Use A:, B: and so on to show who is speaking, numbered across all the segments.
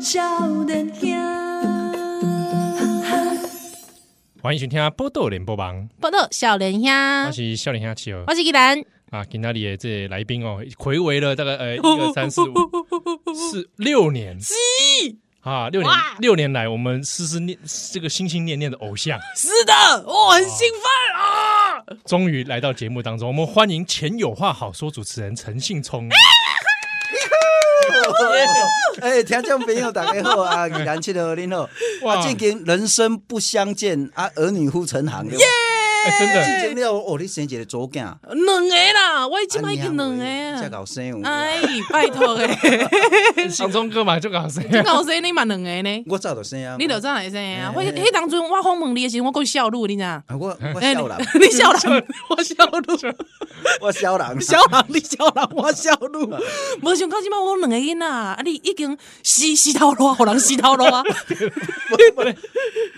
A: 少年兄，
B: 欢迎收听《波多联播网》，
C: 报道少年
B: 我
C: 兄，
B: 是少年兄七儿
C: 我是吉兰，
B: 啊，今天里的这来宾哦，回味了大概 呃一二三四五四六年，啊六年
C: 哇
B: 六年来，我们思思念这个心心念念的偶像，
C: 是的，我很兴奋啊！
B: 终于来到节目当中，我们欢迎前有话好说主持人陈信聪，
D: 哎，听众朋友大家好啊，宜兰七号恁好，
B: 哇
D: 哇，最近人生不相见啊，儿女护成行耶，
B: 哎真的
D: 最近了哦，你生一个左囝，
C: 两个啦，我已经买
D: 安
C: 去两个啊
D: 才搞生
C: 哎
D: 有，，
C: 拜托诶，
B: 信聪哥嘛就搞谁？
C: 我说你嘛两个呢？
D: 我早就生啊，
C: 你就怎来生啊？
D: 哎
C: 我迄当阵我访问你的时候，我够笑路，你知影？
D: 啊我我
C: 哎
D: 笑人，
C: 你你笑人，我笑路，
D: 我笑人，
C: 笑人，你笑人，我笑 路。无想到即摆我两个囡仔，啊，你已经死死头路，互人死头路啊！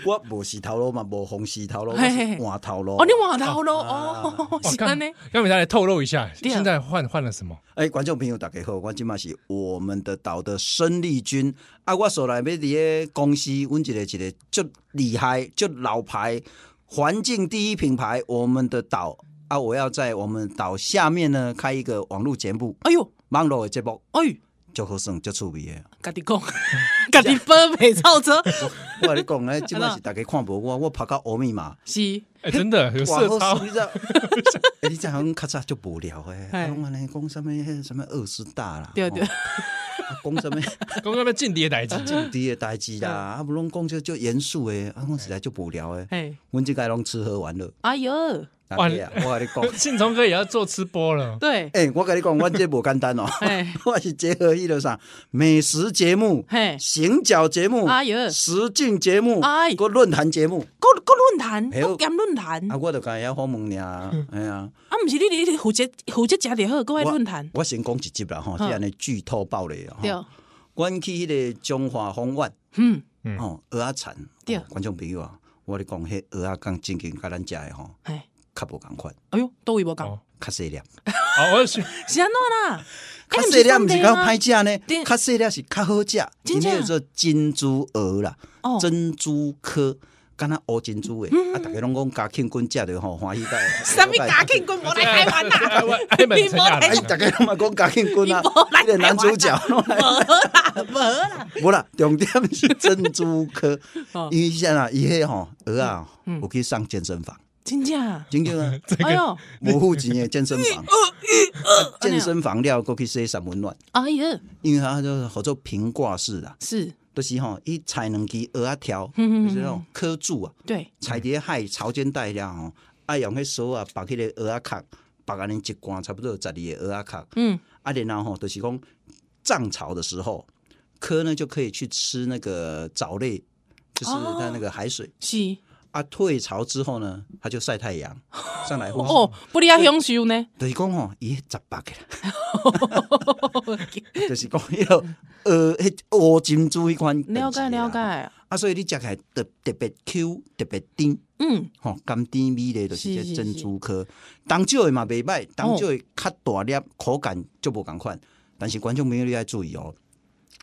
D: 我无洗头路嘛，无红洗头路，我
C: 嘿嘿
D: 是换头路。
C: 哦，你换头路哦，
B: 哇
C: 是安尼。
B: 刚才来透露一下，
C: 对啊
B: 现在换换了什么？
D: 哎，观众朋友大家好，我今嘛是我们的岛的生力军啊，我所来要伫个公司，阮一个一个足厉害、足老牌、环境第一品牌，我们的岛啊，我要在我们岛下面呢开一个网络节目，
C: 哎呦，
D: 网络的节目
C: 哎呦，
D: 足好耍、足趣 味的。
C: 家己讲，家己分袂操车，
D: 我跟你讲呢，今嘛是大家看无我，我拍到欧密码，
C: 是
B: 哎，真的有
D: 哇，
B: 色
D: 好
B: 差
D: 耍，你知道？哎，你这行较早就无聊诶，
C: 哎
D: 啊拢安尼讲什么什么二十大啦，
C: 对对
D: 哦，啊讲什么？
B: 刚刚被间谍逮 进，，
D: 政治的代志啦，啊，不拢讲就就严肃的，啊，讲实在就无聊的。
C: 哎，
D: 阮即个拢吃喝玩乐，
C: 哎呦，
D: 大家啊，我甲你讲
B: 信聪哥也要做吃播了。
C: 对，
D: 诶、我甲你讲，阮这无简单哦、
C: 哎
D: 我是结合迄个啥美食节目、
C: 嘿，
D: 行脚节目、
C: 哎呦
D: 实境节目、
C: 哎
D: 个论坛节目，
C: 各各论坛，
D: 哎
C: 各
D: 呦
C: 兼论坛，
D: 啊，我就甲伊遐访问尔，哎呀，
C: 啊，毋是你你你负责负责食就好，各爱论坛，
D: 我先讲一集啦吼，
C: 好
D: 即安尼剧透爆雷啊。
C: 对，
D: 吼阮去迄个中华风苑
C: 嗯，
B: 嗯
D: 吼，蚵仔产，
C: 对
D: 哦观众朋友啊，我咧讲迄蚵仔讲正经甲咱食的吼，
C: 哎，
D: 较无共款，
C: 哎呦，都位无讲
B: 哦，
D: 较细粒。
B: 好，我是
C: 是安怎啦？
D: 较细粒毋是讲歹食
C: 啊对
D: 呢，较细粒是较好食，
C: 真
D: 因
C: 正
D: 为叫做珍珠鹅啦，
C: 哦嗯
D: 珍珠科，敢若乌珍珠诶，啊，逐个拢讲嘉庆君食着吼欢喜 到。
C: 啥物家境棍无来台湾啦？
B: 爱本
C: 뭐
B: 陈亚
D: 哎，
B: 兰，
D: 逐个拢嘛讲嘉庆君啊
C: 你无来，
D: 迄个男主角
C: 台，
D: 拢来
C: 无啦，无啦，
D: 无啦，重点是珍珠科
C: 哦，嗯
D: 因为啥啦，伊迄吼鹅啊，有去上健身房，
C: 真正啊，
D: 真正啊，
C: 哎呦，
D: 无付钱诶健身
C: 哦
D: 房，啊健身房了，过去洗三温暖，
C: 哎呦，
D: 因为它就是合作平挂式啦。
C: 是，
D: 就是吼，伊采两支蚵 仔条，就
C: 嗯嗯嗯
D: 是那种科柱啊，
C: 对，
D: 采伫海潮间带了吼，啊用迄绳啊绑迄个蚵仔壳，绑安尼一罐差不多有十二个蚵仔壳，
C: 嗯，
D: 啊然后吼就是讲涨潮的时候，科呢就可以去吃那个藻类，就是它那个海水，
C: 是，
D: 啊退潮之后呢，它就晒太阳上来呼吸，
C: 哦，不离啊享受 呢，
D: 就是讲吼，伊十八个啦，就是讲迄个呃迄乌珍珠迄款，
C: 了解了解，
D: 啊，所以你食起来特特别 Q，特别甜，
C: 嗯，
D: 吼、甘甜美丽就是
C: 是是
D: 这珍珠科。当少的嘛袂歹，当少的较大粒，口感就无共款。但是观众朋友你要注意哦，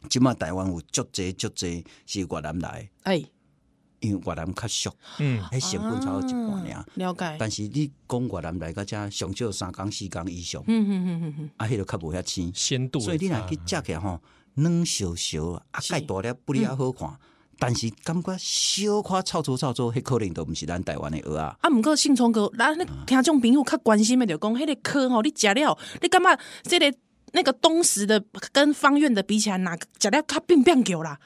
D: 即马台湾有足侪足侪是越南来的，
C: 哎。
D: 因为越南较俗，
B: 嗯，
D: 迄成本差不多一半尔。
C: 啊了解。
D: 但是你讲越南来到遮上少三工四工以上，
C: 嗯嗯嗯嗯嗯，
D: 啊，迄个较无遐鲜。
B: 鲜度的差，
D: 所以你若去食起来吼，软小小啊，啊
C: 是
D: 盖大粒不哩啊好看，但是感觉小可臭臭臭臭，迄可能都毋是咱台湾的蚵仔。
C: 啊，毋过信聪哥，咱咧听众朋友较关心的就讲，迄、个科吼，你食了，你感觉即、个那个东石的跟方院的比起来，哪个食了较变变球啦？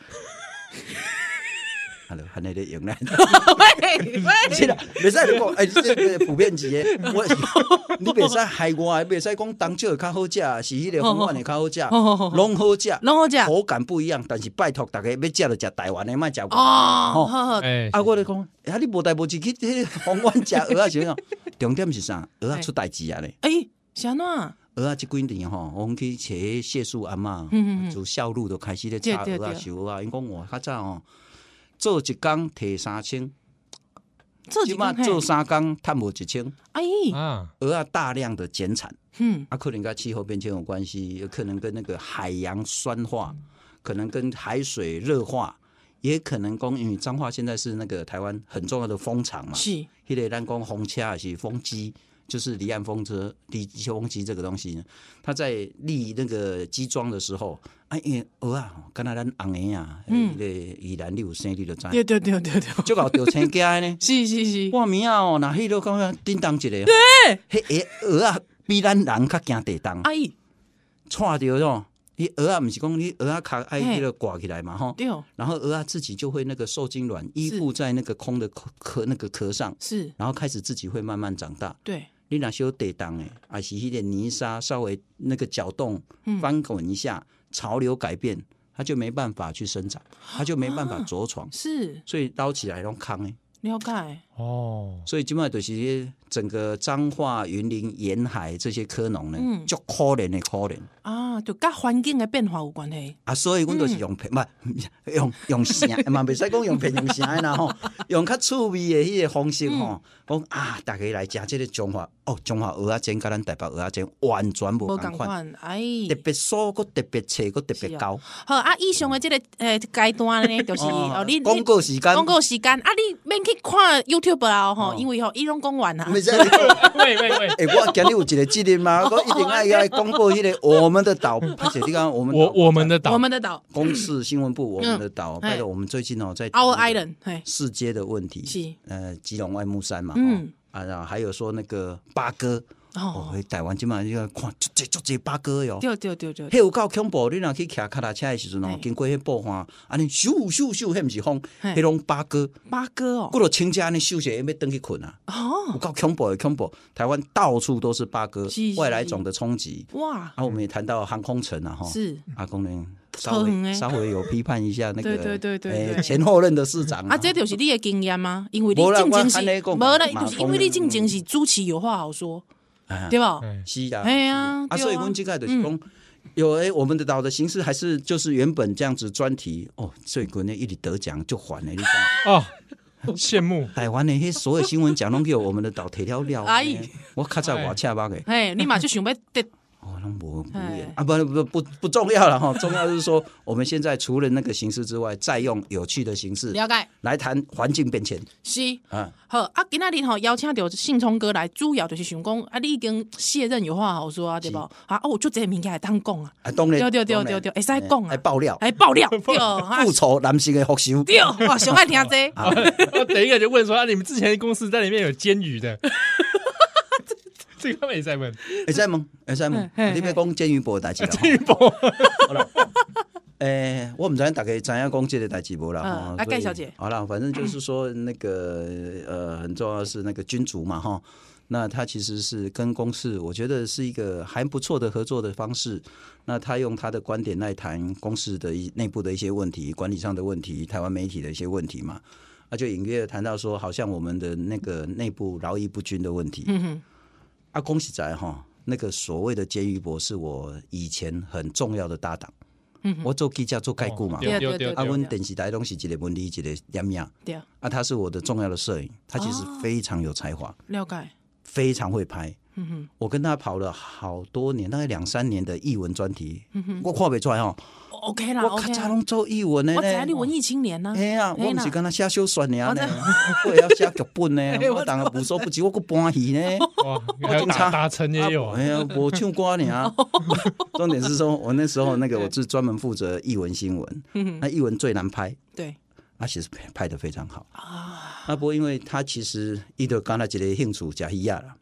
D: 好了，安尼咧用咧，
C: 喂 喂，
D: 是啦，袂使你讲，哎，这个普遍级的， 我 你袂使害我，袂使讲当少的较好食，是迄
C: 哦
D: 个红丸的较好
C: 好好好
D: 食，
C: 好
D: 拢好食，
C: 哦拢好食
D: 口感不一样，但是拜托大家要食就食台湾的，莫食外国的。
C: 哦，好
D: 吼
C: 好，
B: 哎，
D: 啊，我咧讲，啊，你无代无志去迄个红丸食蚵仔是怎？ 重点是啥？蚵仔出代志啊咧。
C: 哎，是安怎啊？
D: 蚵仔即几年吼，我们去找迄谢素阿嬷，
C: 嗯嗯嗯
D: 就孝路就开始咧炒
C: 对对
D: 蚵仔
C: 对
D: 烧啊。因讲我较早吼，做一工摕三千，
C: 这
D: 即
C: 几
D: 摆
C: 天
D: 做三工趁无一千，
C: 哎，
B: 啊，
D: 蚵仔大量的减产，
C: 嗯，
D: 啊，可能跟气候变迁有关系，有可能跟那个海洋酸化。可能跟海水热化，也可能讲因为彰化现在是那个台湾很重要的风场嘛，
C: 是
D: 迄个咱讲风车还是风机，就是离岸风车、离风机这个东西呢，它在立那个机桩的时候，啊，因为鹅啊，敢若咱红诶啊，迄个宜兰你有生你就知，
C: 对对对对对，。
D: 就搞钓青家的呢
C: 是是是，
D: 半暝啊哦，若迄落感觉叮当一个，迄个鹅啊比咱人较惊地动，
C: 阿姨
D: 踹着咯。你鹅啊，毋是讲你鹅啊卡爱迄个挂起来嘛吼，
C: 对哦，
D: 然后鹅啊自己就会那个受精卵依附在那个空的壳壳那个壳上，
C: 是，
D: 然后开始自己会慢慢长大。
C: 对，
D: 你若是有地动诶，还是迄个泥沙稍微那个搅动
C: 嗯
D: 翻滚一下，潮流改变，它就没办法去生长，它就没办法着床，
C: 是
D: 所以捞起来拢空诶。
C: 了解，
B: 哦，
D: 所以今麦就是整个彰化、云林沿海这些科农呢
C: 嗯，
D: 足、可怜的可怜
C: 啊，就甲环境的变化有关系，
D: 啊！所以阮都是用骗，
C: 嗯
D: 唔、用 用声嘛，袂使讲用骗用声的啦吼，
C: 嗯
D: 用较趣味的迄个方式吼，讲、啊，大家来食这个中华哦，中华蚵仔煎甲咱台北蚵仔煎完全无
C: 无
D: 共
C: 共
D: 款，
C: 款，哎，
D: 特别酥，佮特别脆，佮特别厚。
C: 好啊，以上的这个诶阶段呢，就是哦，你
D: 广告时间，
C: 广告时间啊，你免去看 YouTube 啦吼，
D: 哦
C: 因为吼伊拢讲完啊，
D: 袂使你讲。
B: 喂喂喂，
D: 哎、我今日有一个责任嘛，我一定爱要公布迄个我们的岛，而且你看我们的
B: 我
D: 岛
B: 我们的
C: 我
B: 岛
C: 们的岛
D: 公视新闻部我们的岛，拜
C: 嗯
D: 托
C: 哎
D: 我们最近哦在
C: Our
D: 谈那个
C: Island，嘿，
D: 世界的问题，
C: 是
D: 呃基隆外木山嘛，
C: 嗯
D: 嗯啊，然后还有说那个八哥，哦
C: 哦，，
D: 台湾今晚要看足济足济八哥哟。
C: 对对对对，
D: 迄有够恐怖，你若去骑脚踏车的时阵哦
C: 嘿，
D: 经过迄暴花，安尼咻咻咻，迄毋是风，
C: 嘿
D: 迄拢八哥，
C: 八哥
D: 过
C: 哦，
D: 落亲戚安尼休息，要登去困啊，有
C: 哦，
D: 够恐怖的恐怖。台湾到处都是八哥
C: 是，是
D: 外来种的冲击。
C: 哇，
D: 啊，我们也谈到航空城啊，哈，
C: 是
D: 阿公呢，稍
C: 超狠欸
D: 微稍微有批判一下那个，
C: 对对对对
D: 诶
C: 对
D: 前后任的市长
C: 啊，这就是你的经验吗？因为你
D: 没啦
C: 竞争
D: 我安尼
C: 是，
D: 讲
C: 无啦，
D: 嘛嗯哎
C: 就是因为你竞争是主持有话好说，对吧？
B: 嗯
D: 是啊，
C: 哎呀
D: 是啊，
C: 对啊
D: 所以温基盖的公有诶，我们的岛的形式还是就是原本这样子专题哦，所以国内一直得奖就还了，你看
B: 哦，羡 慕
D: 台湾的迄所有新闻奖拢叫我们的岛提了了，
C: 哎
D: 我较早我赤巴个，
C: 嘿，你嘛就想要得，
D: 哦，拢无无
C: 哎
D: 言啊，不不不不重要了哈，重要就是说我们现在除了那个形式之外，再用有趣的形式
C: 了解，
D: 来谈环境变迁
C: 是。
D: 啊。
C: 好啊，今仔日吼邀请到信聪哥来，主要就是想讲啊，你已经卸任有话好说啊，对不？啊，啊，有足这物件会当讲啊，
D: 啊，当然，
C: 对对对
D: 当然
C: 对对会使讲啊
D: 哎爆料，
C: 还爆 料，对啊
D: 复啊仇男性的复仇，
C: 对，哇，小爱听这 个，
B: 我等一个就问说啊，你们之前的公司在里面有煎鱼的，这个他们也在问，
D: 会使问，会使
C: 嘿
D: 问，
C: 嘿
D: 你别讲煎鱼博 代志啦。
B: 煎鱼包
D: 诶，我毋知大家知影讲这个代志无啦。
C: 嗯
D: 吼
C: 来
D: 所以
C: 介绍一下
D: 好啦，反正就是说那个 呃，很重要的是那个君主嘛哈。那他其实是跟公司，我觉得是一个还不错的合作的方式。那他用他的观点来谈公司的一内部的一些问题、管理上的问题、台湾媒体的一些问题嘛。那就隐约地谈到说，好像我们的那个内部劳逸不均的问题。
C: 嗯哼，
D: 啊，恭喜仔哈，那个所谓的监狱博是我以前很重要的搭档。
C: 嗯
D: 我做记者做概顾嘛，
B: 哦对对
C: 对对
B: 对
D: 啊，
C: 对
B: 对，
D: 阮电视台拢是一个文理，一个念影。
C: 对，
D: 啊，他是我的重要的摄影，他其实
C: 哦
D: 非常有才华，
C: 了解，
D: 非常会拍。
C: 嗯哼，
D: 我跟他跑了好多年，大概两三年的译文专题，我看不出来哦。
C: OK 啦
D: 我咔
C: 嗯，OK
D: 嚓
C: 啦，
D: 拢做译文的
C: 我知道你
D: 呢。
C: 文艺青年呐，
D: 哎呀，我毋
C: 嘿啊哦
D: 是
C: 啦
D: 跟他写小说尔
C: 知
D: 呢，我也要写剧 本呢，我当然无所不及，我阁搬戏呢。
B: 哇，还有打打成也有
D: 哦啊
B: 啊
D: 哎，呀，我唱歌你啊。重点是说，我那时候那个我是专门负责译文新闻，那译文最难拍，
C: 对
D: 啊，其实拍拍的非常好。
C: 啊，
D: 啊，不过因为他其实伊就刚才一个兴趣加伊亚啦。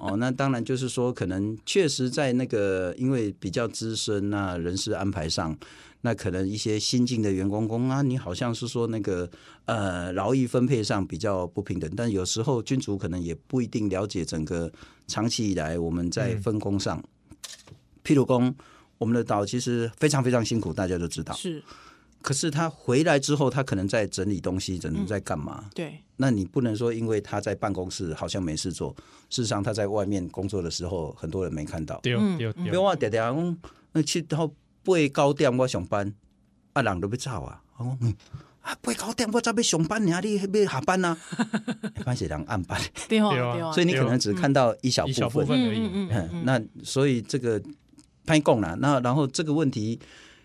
D: 哦，那当然就是说，可能确实在那个因为比较资深那人事安排上，那可能一些新进的员工工啊，你好像是说那个呃劳逸分配上比较不平等，但有时候君主可能也不一定了解整个长期以来我们在分工上，譬如工我们的岛其实非常非常辛苦，大家都知道。
C: 是，
D: 可是他回来之后，他可能在整理东西，整理在干嘛？
C: 对，
D: 那你不能说因为他在办公室好像没事做，事实上他在外面工作的时候，很多人没看到。
B: 丢
C: 嗯
B: 丢
D: 比如
B: 丢，
D: 我常常讲，那去到八九点我上班，啊人都要走啊，我讲嗯啊八九点我才要上班，你啊你要下班啊，反是人暗班，
C: 对哦，
B: 对啊
C: 对哦，
D: 所以你可能只看到一小
B: 一小
D: 部
B: 部
D: 分。
B: 分而
C: 嗯嗯
B: 已，
C: 嗯嗯
D: 嗯，那所以这个拍供啦，那然后这个问题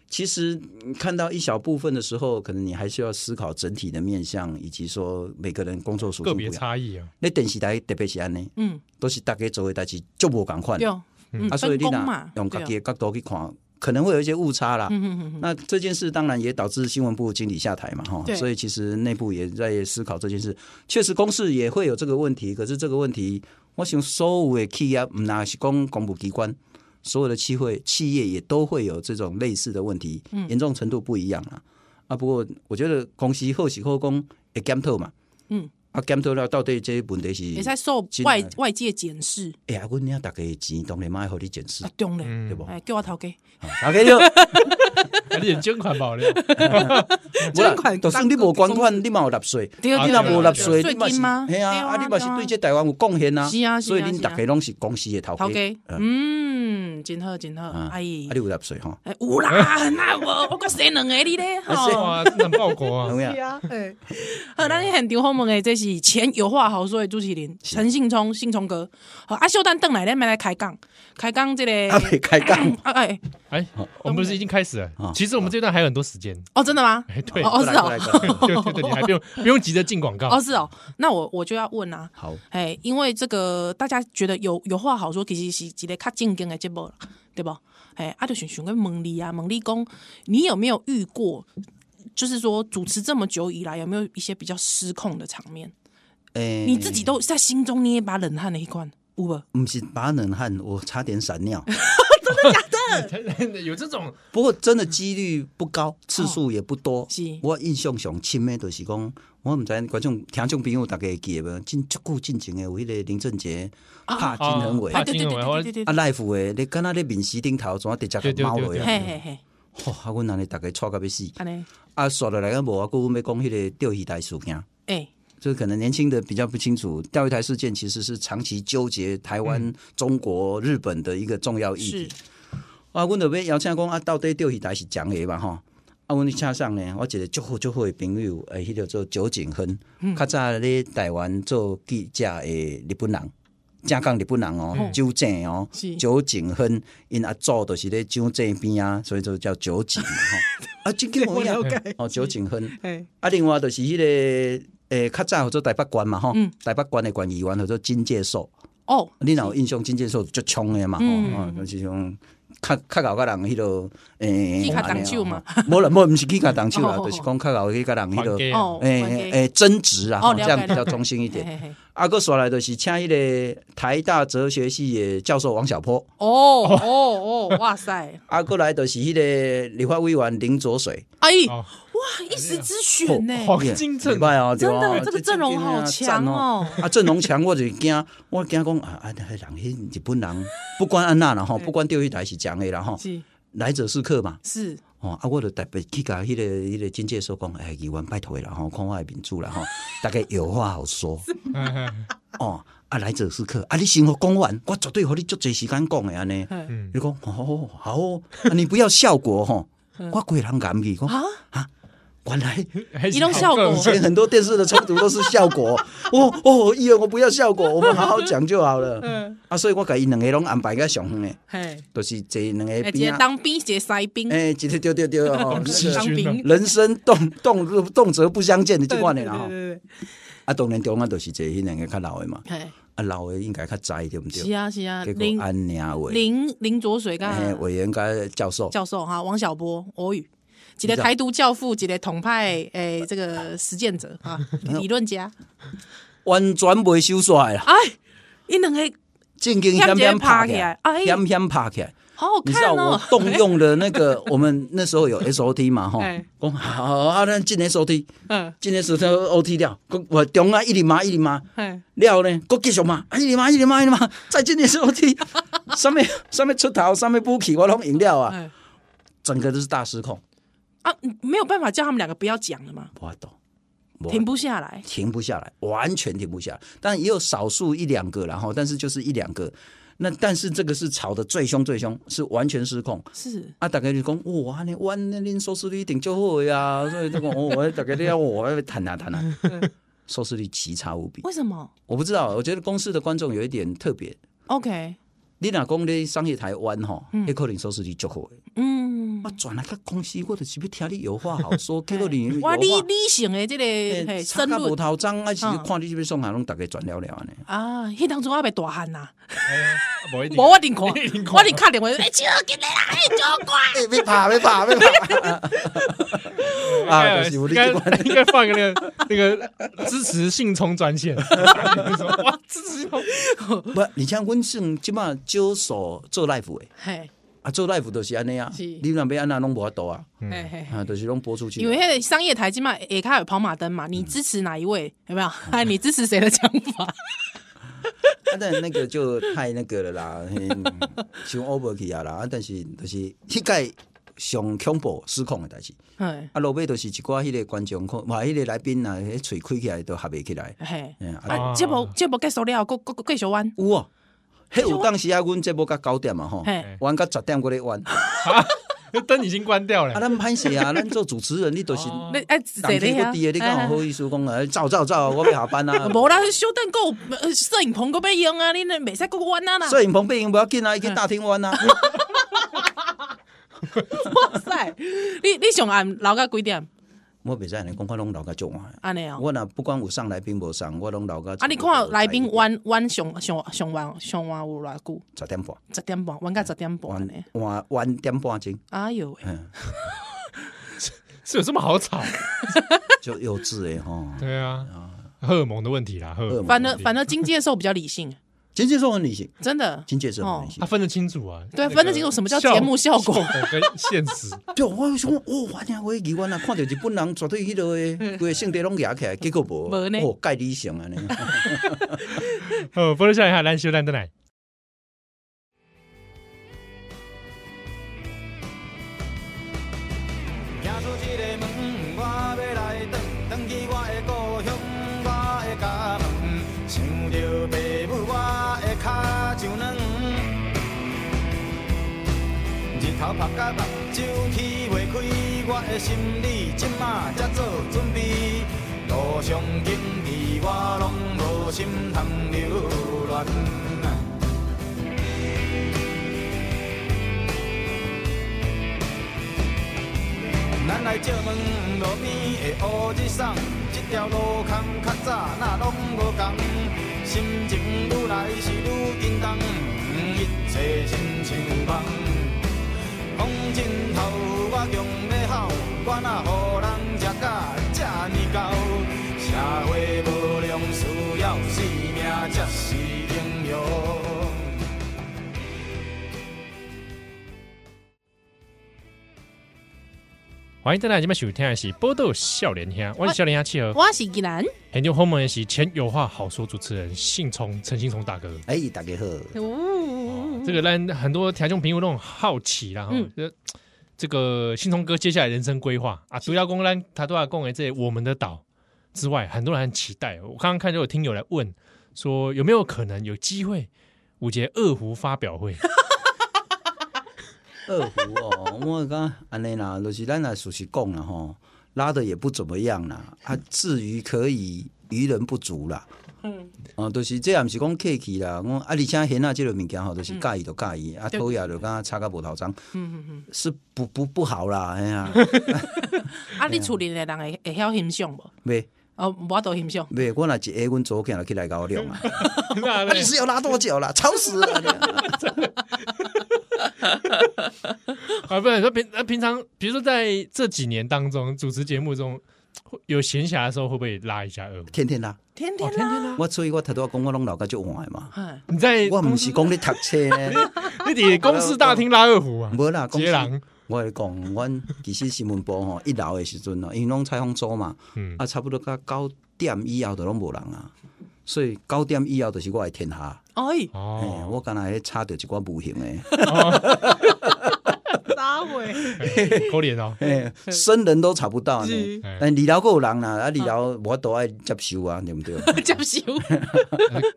D: 其实嗯看到一小部分的时候，可能你还是要思考整体的面向，以及说每个人工作属
B: 个
D: 性不
B: 别
D: 一样。
B: 差异啊，
D: 你电视台特别是安尼，
C: 嗯，
D: 都是大家做的代志就无共款
C: 对，，嗯，
D: 啊，所以
C: 分
D: 你
C: 工
D: 呐
C: 嘛，
D: 用自
C: 对哦
D: 己的角度去看，可能会有一些误差啦。
C: 嗯嗯嗯嗯，
D: 那这件事当然也导致新闻部经理下台嘛，哈
C: 对，
D: 所以其实内部也在思考这件事。确实，公司也会有这个问题，可是这个问题，我想所有的企业，唔那是公公部机关，所有的企会企业也都会有这种类似的问题，
C: 嗯
D: 严重程度不一样啦。啊，不过我觉得公司后喜后公会检讨嘛，
C: 嗯，
D: 啊，检讨了到底这些问题
C: 也
D: 是
C: 在，受
D: 真的
C: 外外界检视
D: 哎呀，阮娘大家的钱当然卖互你检视
C: 啊，，中嘞，
B: 嗯
D: 对不？啊
C: 哎，叫我头家，
D: 大 家就。
B: 还是捐款保 留，
C: 捐
D: 无啦，
C: 款
D: 就算你无捐款，你嘛有纳税，
C: 对哦
B: 啊
D: 你
C: 对
D: 若
B: 那
D: 无
C: 对
D: 纳
C: 对
D: 税，
C: 税
D: 你嘛是
C: 金吗？
D: 嘿啊，
C: 对哦
D: 啊，你嘛是对
C: 对
D: 这台湾有贡献啊，
C: 是啊是啊
D: 所以恁
C: 是啊
D: 大家拢是公司的头
C: 头
D: 家
C: 家，，嗯，真好真好，
D: 啊，啊，
C: 哎，
D: 你有纳税吼，
C: 哎有啦， 那我我个生两个你 咧，吼。
B: 哇，真的很报国啊
D: 有，影，
C: 啊，好，咱现场访问的这是前有话好说的主持人陈信聪，信聪哥。好，啊，小等等来，咱们来开讲，开讲这个，
D: 阿没开讲，
C: 啊哎，
B: 哎，
D: 哦
B: 我们不是已经开始了
D: 啊？
B: 其实我们这段还有很多时间，
C: 哦，真的吗？
B: 哎，对，
C: 哦是哦
D: 过来过来过来
B: 对对对，你还不用不用急着进广告
C: 哦，，是哦，那我我就要问啊，
D: 好，
C: 哎，因为这个大家觉得有有话好说，其实是一个较正经的节目啦，对不？哎，啊，就想想问问你啊，问你讲，你有没有遇过，就是说主持这么久以来，有没有一些比较失控的场面？
D: 诶，
C: 你自己都在心中捏一把冷汗的一关，有无？
D: 不是把冷汗，我差点闪尿，
B: 有这种
D: 不过真的几率不高，次数也不多
C: 哦是，
D: 我印象上深的就是讲，我毋知观众听众朋友大家会记得无，真足久进前的有迄个林俊杰拍金恒伟。
B: 啊
C: 啊，
B: 怕
C: 对
B: 金
C: 对
B: 融
C: 对
B: 啊
C: 对对对
D: 啊
C: 对，
D: ，life 的，你敢若咧面试顶头，怎啊直接
B: 对
D: 给
B: 对
D: 猫
B: 对
D: 落去
B: 对
D: 啊？
C: 嘿嘿嘿，
D: 吼，啊，阮安尼大家吵到要死。
C: 安尼，
D: 啊，刷落来个无啊，久，阮要讲迄个钓鱼台事件，
C: 哎，
D: 就是可能年轻的比较不清楚，钓鱼台事件其实是长期纠结台湾、中国、日本的一个重要议
C: 是
D: 题。啊，阮就要邀请讲啊，到底钓鱼台是讲的嘛吼？啊，阮请上呢，我一个足好足好的朋友，诶，迄个做酒井亨，较早咧台湾做记者诶日本人。正港日本人哦，酒井哦
C: 是，
D: 酒井亨，因阿祖都是咧酒井边啊，所以就叫酒井嘛吼。啊，真个无影哦，酒井亨。
C: 哎，
D: 啊，另外就是迄、个诶，较早叫做台北县嘛吼，
C: 嗯
D: 台北县的县议员叫做金介寿，
C: 哦，
D: 你若有印象金介寿足冲的嘛吼，
C: 嗯
D: 啊、就是讲。较较贤甲人迄落诶，
C: 去甲动手嘛
D: 安尼哦，无啦，无毋是去甲动手啦，
C: 哦哦哦
D: 就是讲较贤去甲人迄
B: 还
D: 落
B: 给啊
C: 哦，
D: 诶
C: 还
D: 诶
C: 给
D: 诶争执啊，吼
C: 哦，
D: 这
C: 了
D: 样
C: 解
D: 比较
C: 了解
D: 中性一点。
C: 嘿嘿嘿
D: 啊，佫煞来就是请迄个台大哲学系的教授王小波，
C: 哦哦哦，哇塞，
D: 啊，佫来就是迄个立法委员林卓水，
C: 哎，
B: 哦
C: 哇，一时之选呢，
B: 黄金阵
D: 礼拜哦，对
C: 真
D: 啊
C: 的这个阵容好强。哦，
D: 啊，阵容强，我就惊，我惊讲啊，啊，迄人迄日本人，不管安那啦吼，不管钓鱼台是讲的啦吼，
C: 是
D: 来者是客嘛。
C: 是，
D: 吼，啊，我就特别去甲迄个迄个经济所讲，哎，议员拜托的啦吼，看我的面子啦吼，大概有话好说。 哦，啊，来者是客，啊，你先互讲完，我绝对互你足侪时间讲的安尼。
C: 嗯
D: 你讲好好好哦，啊你不要效果吼，我个人感觉讲
C: 啊，
D: 啊，原来。
B: 还是
C: 移动效果
D: 以前很多电视的冲突都是效 果，哦哦，议员我不要效果，我们好好讲就好了。
C: 嗯，
D: 啊，所以我甲伊两个拢安排个上远的，
C: 嘿，
D: 就是坐两个
C: 哎，一
D: 边
C: 个
D: 啊，
C: 当兵，一个塞兵，
D: 哎，一个对对对哦，那
B: 细
D: 个
C: 当
B: 菌啊
C: 兵，
D: 人生动动动辄不相见的这款的啦吼。
C: 对对，
D: 啊，当然中间就是坐迄两个较老的嘛，
C: 嘿，
D: 啊老的应该较知对不
C: 哎是
D: 对？
C: 啊是啊，
D: 结
C: 林
D: 果安娘伟，
C: 林林浊水干
D: 哎，委员跟教授，
C: 教授哈，王小波，俄语。一
D: 你
C: 个
D: 知道
C: 台独教父，一个统派诶、这个实践者啊，
D: 哎
C: 理论家。
D: 完全袂收煞啦，
C: 哎，因两个
D: 正经险险拍起来
C: 哎，
D: 险险拍起来。
C: 好好
D: 你知道
C: 看
D: 我
C: 哦，
D: 动 用了那个，我们那时候有 SOT 嘛，吼
C: 哎，
D: 讲好啊，咱进 SOT，
C: 嗯，
D: 进 SOT OT 掉，讲我中啊一直骂一直骂，
C: 哎，
D: 了呢，搁继续骂，啊一直骂一直骂一直骂，再进 SOT，上面上面出头，上面补起，我拢赢了啊，
C: 哎
D: 整个都是大失控，
C: 啊，没有办法叫他们两个不要讲了嘛，
D: 我懂，我
C: 停不下来。
D: 停不下来，完全停不下来。但也有少数一两个啦，然后但是就是一两个，那但是这个是吵得最凶最凶，是完全失控。
C: 是，
D: 啊，大家就讲，哇，安尼阮那恁收视率一定就好呀、 啊，所以这个哦，我大家都要我要谈啊谈啊，
C: 嗯
D: 收视率奇差无比。
C: 为什么
D: 我不知道，我觉得公司的观众有一点特别，
C: ？OK，
D: 你若讲你上去台湾吼，迄可能收视率足好诶。
C: 嗯
D: 我，转来个公司，我就是要听你有话好 说，结果你有
C: 哇，
D: 话
C: 理理性的这个嘿
D: 嘿
C: 深
D: 插到无
C: 入
D: 头章，啊是
C: 嗯
D: 看你是要送下拢逐个转了了安尼。
C: 啊，迄当中我还袂大汉 呐，
B: 无一定
C: 无我一定看，
B: 你一定看
C: 我一定敲电 话，哎，叫进来啦， 哎，叫过来。
D: 别怕，别怕，别怕！ 啊，就是有
B: 应
D: 你
B: 该
D: 这款，
B: 应该放一个那个 那个支持信冲专线， 哇，支持
D: 不，而且阮算即马少数做 live 诶，
C: 嘿，
D: 啊，做 live 就是安尼啊，
C: 是
D: 你若要安那拢无法度啊，
C: 嘿嘿。
D: 啊，就是拢播出去
C: 因
D: 啊。嗯
C: 为那个商业台起码也开有跑马灯嘛，你支持哪一位？ 有没有？哎，你支持谁的讲法？
D: 啊，但那个就太那个了啦， 嘿想 over 去啊啦，啊，但是就是迄个上恐怖失控诶代志，
C: 嘿，
D: 啊，落尾就是一寡迄个观众看，嘛，迄个来宾啊，迄喙开起来都合袂起来，
C: 嘿，
D: 嗯，啊，
C: 啊，节目节目结束了，过过过继续弯，
D: 有哦，迄有当时啊，阮节目到九点啊嘛吼
C: 嘿，
D: 玩到十点过咧玩。
B: 灯已经关掉
D: 啊，
B: 了，
D: 咱歹势 啊，咱做主持人，你都是
B: 哦
C: 那哎，谁的
D: 嗯人体
C: 呀。
D: 不？低的，你敢有好意思讲啊？走走走，我要下班啊
C: 哎 无啦，小等够摄影棚够要用啊，你那袂使够弯啊啦。
D: 摄影棚背影不要紧啊，伊去大厅玩啊。
C: 哇塞，你你上暗留到几点？
D: 我袂使安尼讲，我拢留甲足晚。
C: 安尼哦。
D: 我若不管有上来宾无上，我拢留甲。
C: 啊，你看来宾弯弯上上上弯上弯有偌久？
D: 十点半，
C: 十点半，弯到十点半
D: 晚
C: 呢。
D: 晚晚点半钟，
C: 哎呦喂，
D: 嗯，
B: 是有这么好吵？
D: 就幼稚诶吼。
B: 对啊，荷尔蒙的问题啦，荷尔蒙
C: 反正反正经济的时候比较理性，
D: 金介绍很理性，
C: 真的。
D: 金介绍很理
B: 他
C: 哦
D: 性。
B: 分得清楚啊，
C: 对
B: 那个
C: 分得清楚什么叫节目效果
B: 跟现实，
D: 就我想讲，哦，反正我以为啊，看到日本人绝对迄落诶，规个性地拢压起来，结果 无，
C: 无呢
D: 哦，介理性安尼。
B: 呃，不能笑一下，咱修蛋的奶。
A: 行出这个门，我要来返，返去我的故乡，我的家门。想着爸母，我的脚就软。日头晒甲目睭起袂开，我的心里即马才做准备。路上经历我拢无心通留恋。咱来借问路边的乌日送，这条路坎较早那拢无同，心情愈来是愈沉重，一切亲像梦。风尽头我强要吼，我若予人食甲这呢厚，社会无良需要性命才是英雄。
B: 欢迎大家今晚收听的是《波豆笑脸兄》，我是笑脸兄契合，
C: 我是吉兰，
B: 研究后门的是前有话好说主持人信聪陈信聪大哥。
D: 哎，大家好，
C: 哦
B: 这个让很多听众朋友都很好奇啦。嗯
C: 嗯，
B: 就这个信聪哥接下来人生规划啊，独家公咱塔多亚公的这我们的岛之外，很多人很期待。我刚刚看就有听友来问说，有没有可能有机会五节二胡发表 会？
D: 二胡哦，我讲安尼啦，就是咱也属实讲啦吼，拉的也不怎么样啦，啊，至于可以于人不足啦。
C: 嗯，
D: 哦，就是这也毋是讲客气啦，我啊，而且现在即个物件吼，就是介意就介意，啊，
C: 对
D: 讨厌就敢差个无头章，
C: 嗯嗯
D: 是不不不好啦，哎呀，
C: 嗯，啊，你厝里的人会会晓欣赏无？
D: 袂
C: 哦，我都欣赏。
D: 袂，我若一下阮左囝就起来甲我 量啊，
B: 那
D: 啊，你是要拉多久啦？吵死了！
B: 啊，不然说平那平常，比如说在这几年当中主持节目中，会有闲暇的时候，会不会拉一下二胡？
D: 天哦天啦，
C: 天天啦，
D: 我所以我头拄仔讲我拢老甲足晚的嘛，
C: 哎，
B: 你在
D: 我
B: 公
D: 毋
B: 司
D: 是讲咧读册 呢，
B: 你伫公司大厅拉二胡 啊？
D: 无啦，公
B: 杰
D: 司
B: 郎，
D: 我跟你讲，阮其实新闻部吼一楼的时阵哦，因为拢采访组嘛，
B: 嗯
D: 啊，差不多到九点以后就拢无人啊，所以九点以后就是我的天下。
C: 哎，
D: 哎、
B: 哦，
D: 我刚才迄插着一寡无 形的，
C: 哪位？
B: 可怜哦，
D: 嘿生人都查不到呢
C: 是。
D: 但二楼还有人啦，啊，二楼我都爱接收啊，对不 对？
C: 哎 接受，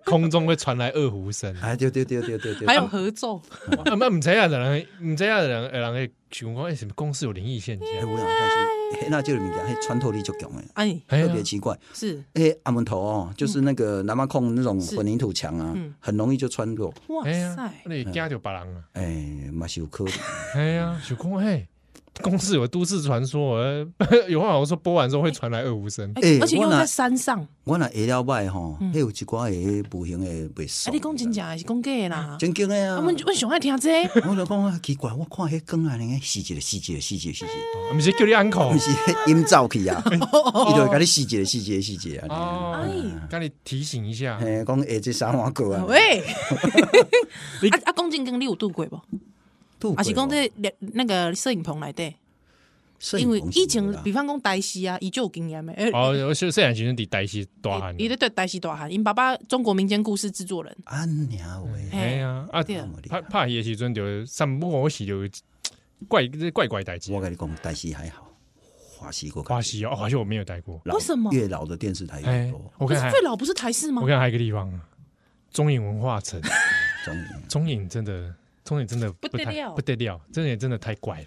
B: 空中会传来二胡声。
D: 啊哎，对对对对对对，
C: 还有合奏，
B: 啊，唔唔知啊，人唔知啊，人人会想讲哎，什么公司有灵异现
D: 哎，
B: 象？
D: 有啦，但是那这个物件，嘿，穿透力就强诶，
C: 哎，
B: 哎呀
D: 特别奇怪。
C: 是
D: 哎，阿门头哦，就是那个南马控那种
C: 是
D: 混凝土墙啊
C: 嗯，
D: 很容易就穿过。
C: 哇
B: 哎呀
C: 塞，，
B: 那你惊着别人啊！
D: 哎，嘛是有可能。
B: 哎呀，想讲嘿，公司有都市传说，呃 有话好像说播完之后会传来二胡声。
C: 哎
D: 哎
C: 而且
D: 我
C: 又
D: 哪
C: 在山上，哎
D: 我若下了歹吼，迄有一寡会无形诶袂
C: 啊，
D: 爽。
C: 你讲真正还是讲假的啦？
D: 真经诶
C: 啊，
D: 啊！
C: 阮阮上爱听这个，
D: 我就讲啊，奇怪，我看迄光啊，尼是一个，是一个，是一个，是一个，
B: 我们啊是叫你 uncle
C: 哎
D: 毋是那音走去啊，伊就会甲你是一个，是一个，是一个啊。
B: 哦
C: 哎，跟
B: 跟你提醒一下，
D: 嘿，讲下这三碗粿啊，
C: 喂，啊啊，龚进嗯 跟你有度过无？
D: 拄
C: 啊，是讲
D: 过
C: 这那那个摄影棚内底，
D: 摄影
C: 因为
D: 棚是
C: 以
D: 无
C: 前
D: 啦
C: 比方讲台西啊，伊就有经验的。哎
B: 哦，我是虽然学生伫代是大汉
C: 伊，咧对台西大汉，因爸爸中国民间故事制作人，
D: 安娘喂，
B: 哎呀啊，
C: 对
B: 怕怕伊的时阵就三不五时就怪这怪怪代志
D: 我。跟你讲，台西还好，华西国
B: 华西哦，华西我没有待过。
D: 老
C: 为什么
D: 越老的电视台越
B: 哎
D: 多，？
B: 我
C: 可
B: 看
C: 是
B: 还
C: 最老不是台视吗
B: 我？看还有一个地方啊，中影文化城，
D: 终于，
B: 中影真的中影真的
C: 不得
B: 太
C: 了
B: 不得了，中影真的太怪了。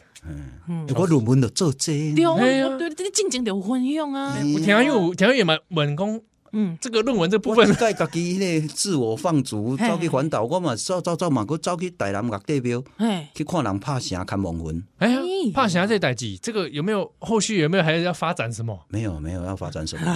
D: 嗯，我论文都做这
C: 对
D: 个，
C: 啊，
B: 哎呀
C: 我对这进前就有分享啊，
B: 我听下有听下有蛮问讲
C: 嗯，
B: 这个论文这部
D: 我
B: 分
D: 一概家己迄个自我放逐，
C: 嘿
D: 走去环岛，我嘛走走走嘛，佮走去台南乐地庙
C: 哎，
D: 去看人拍城看亡魂。
B: 哎呀
C: 哎，
B: 怕想这代际，这个有没有后续有没有还要发展什么？
D: 没有没有要发展什么，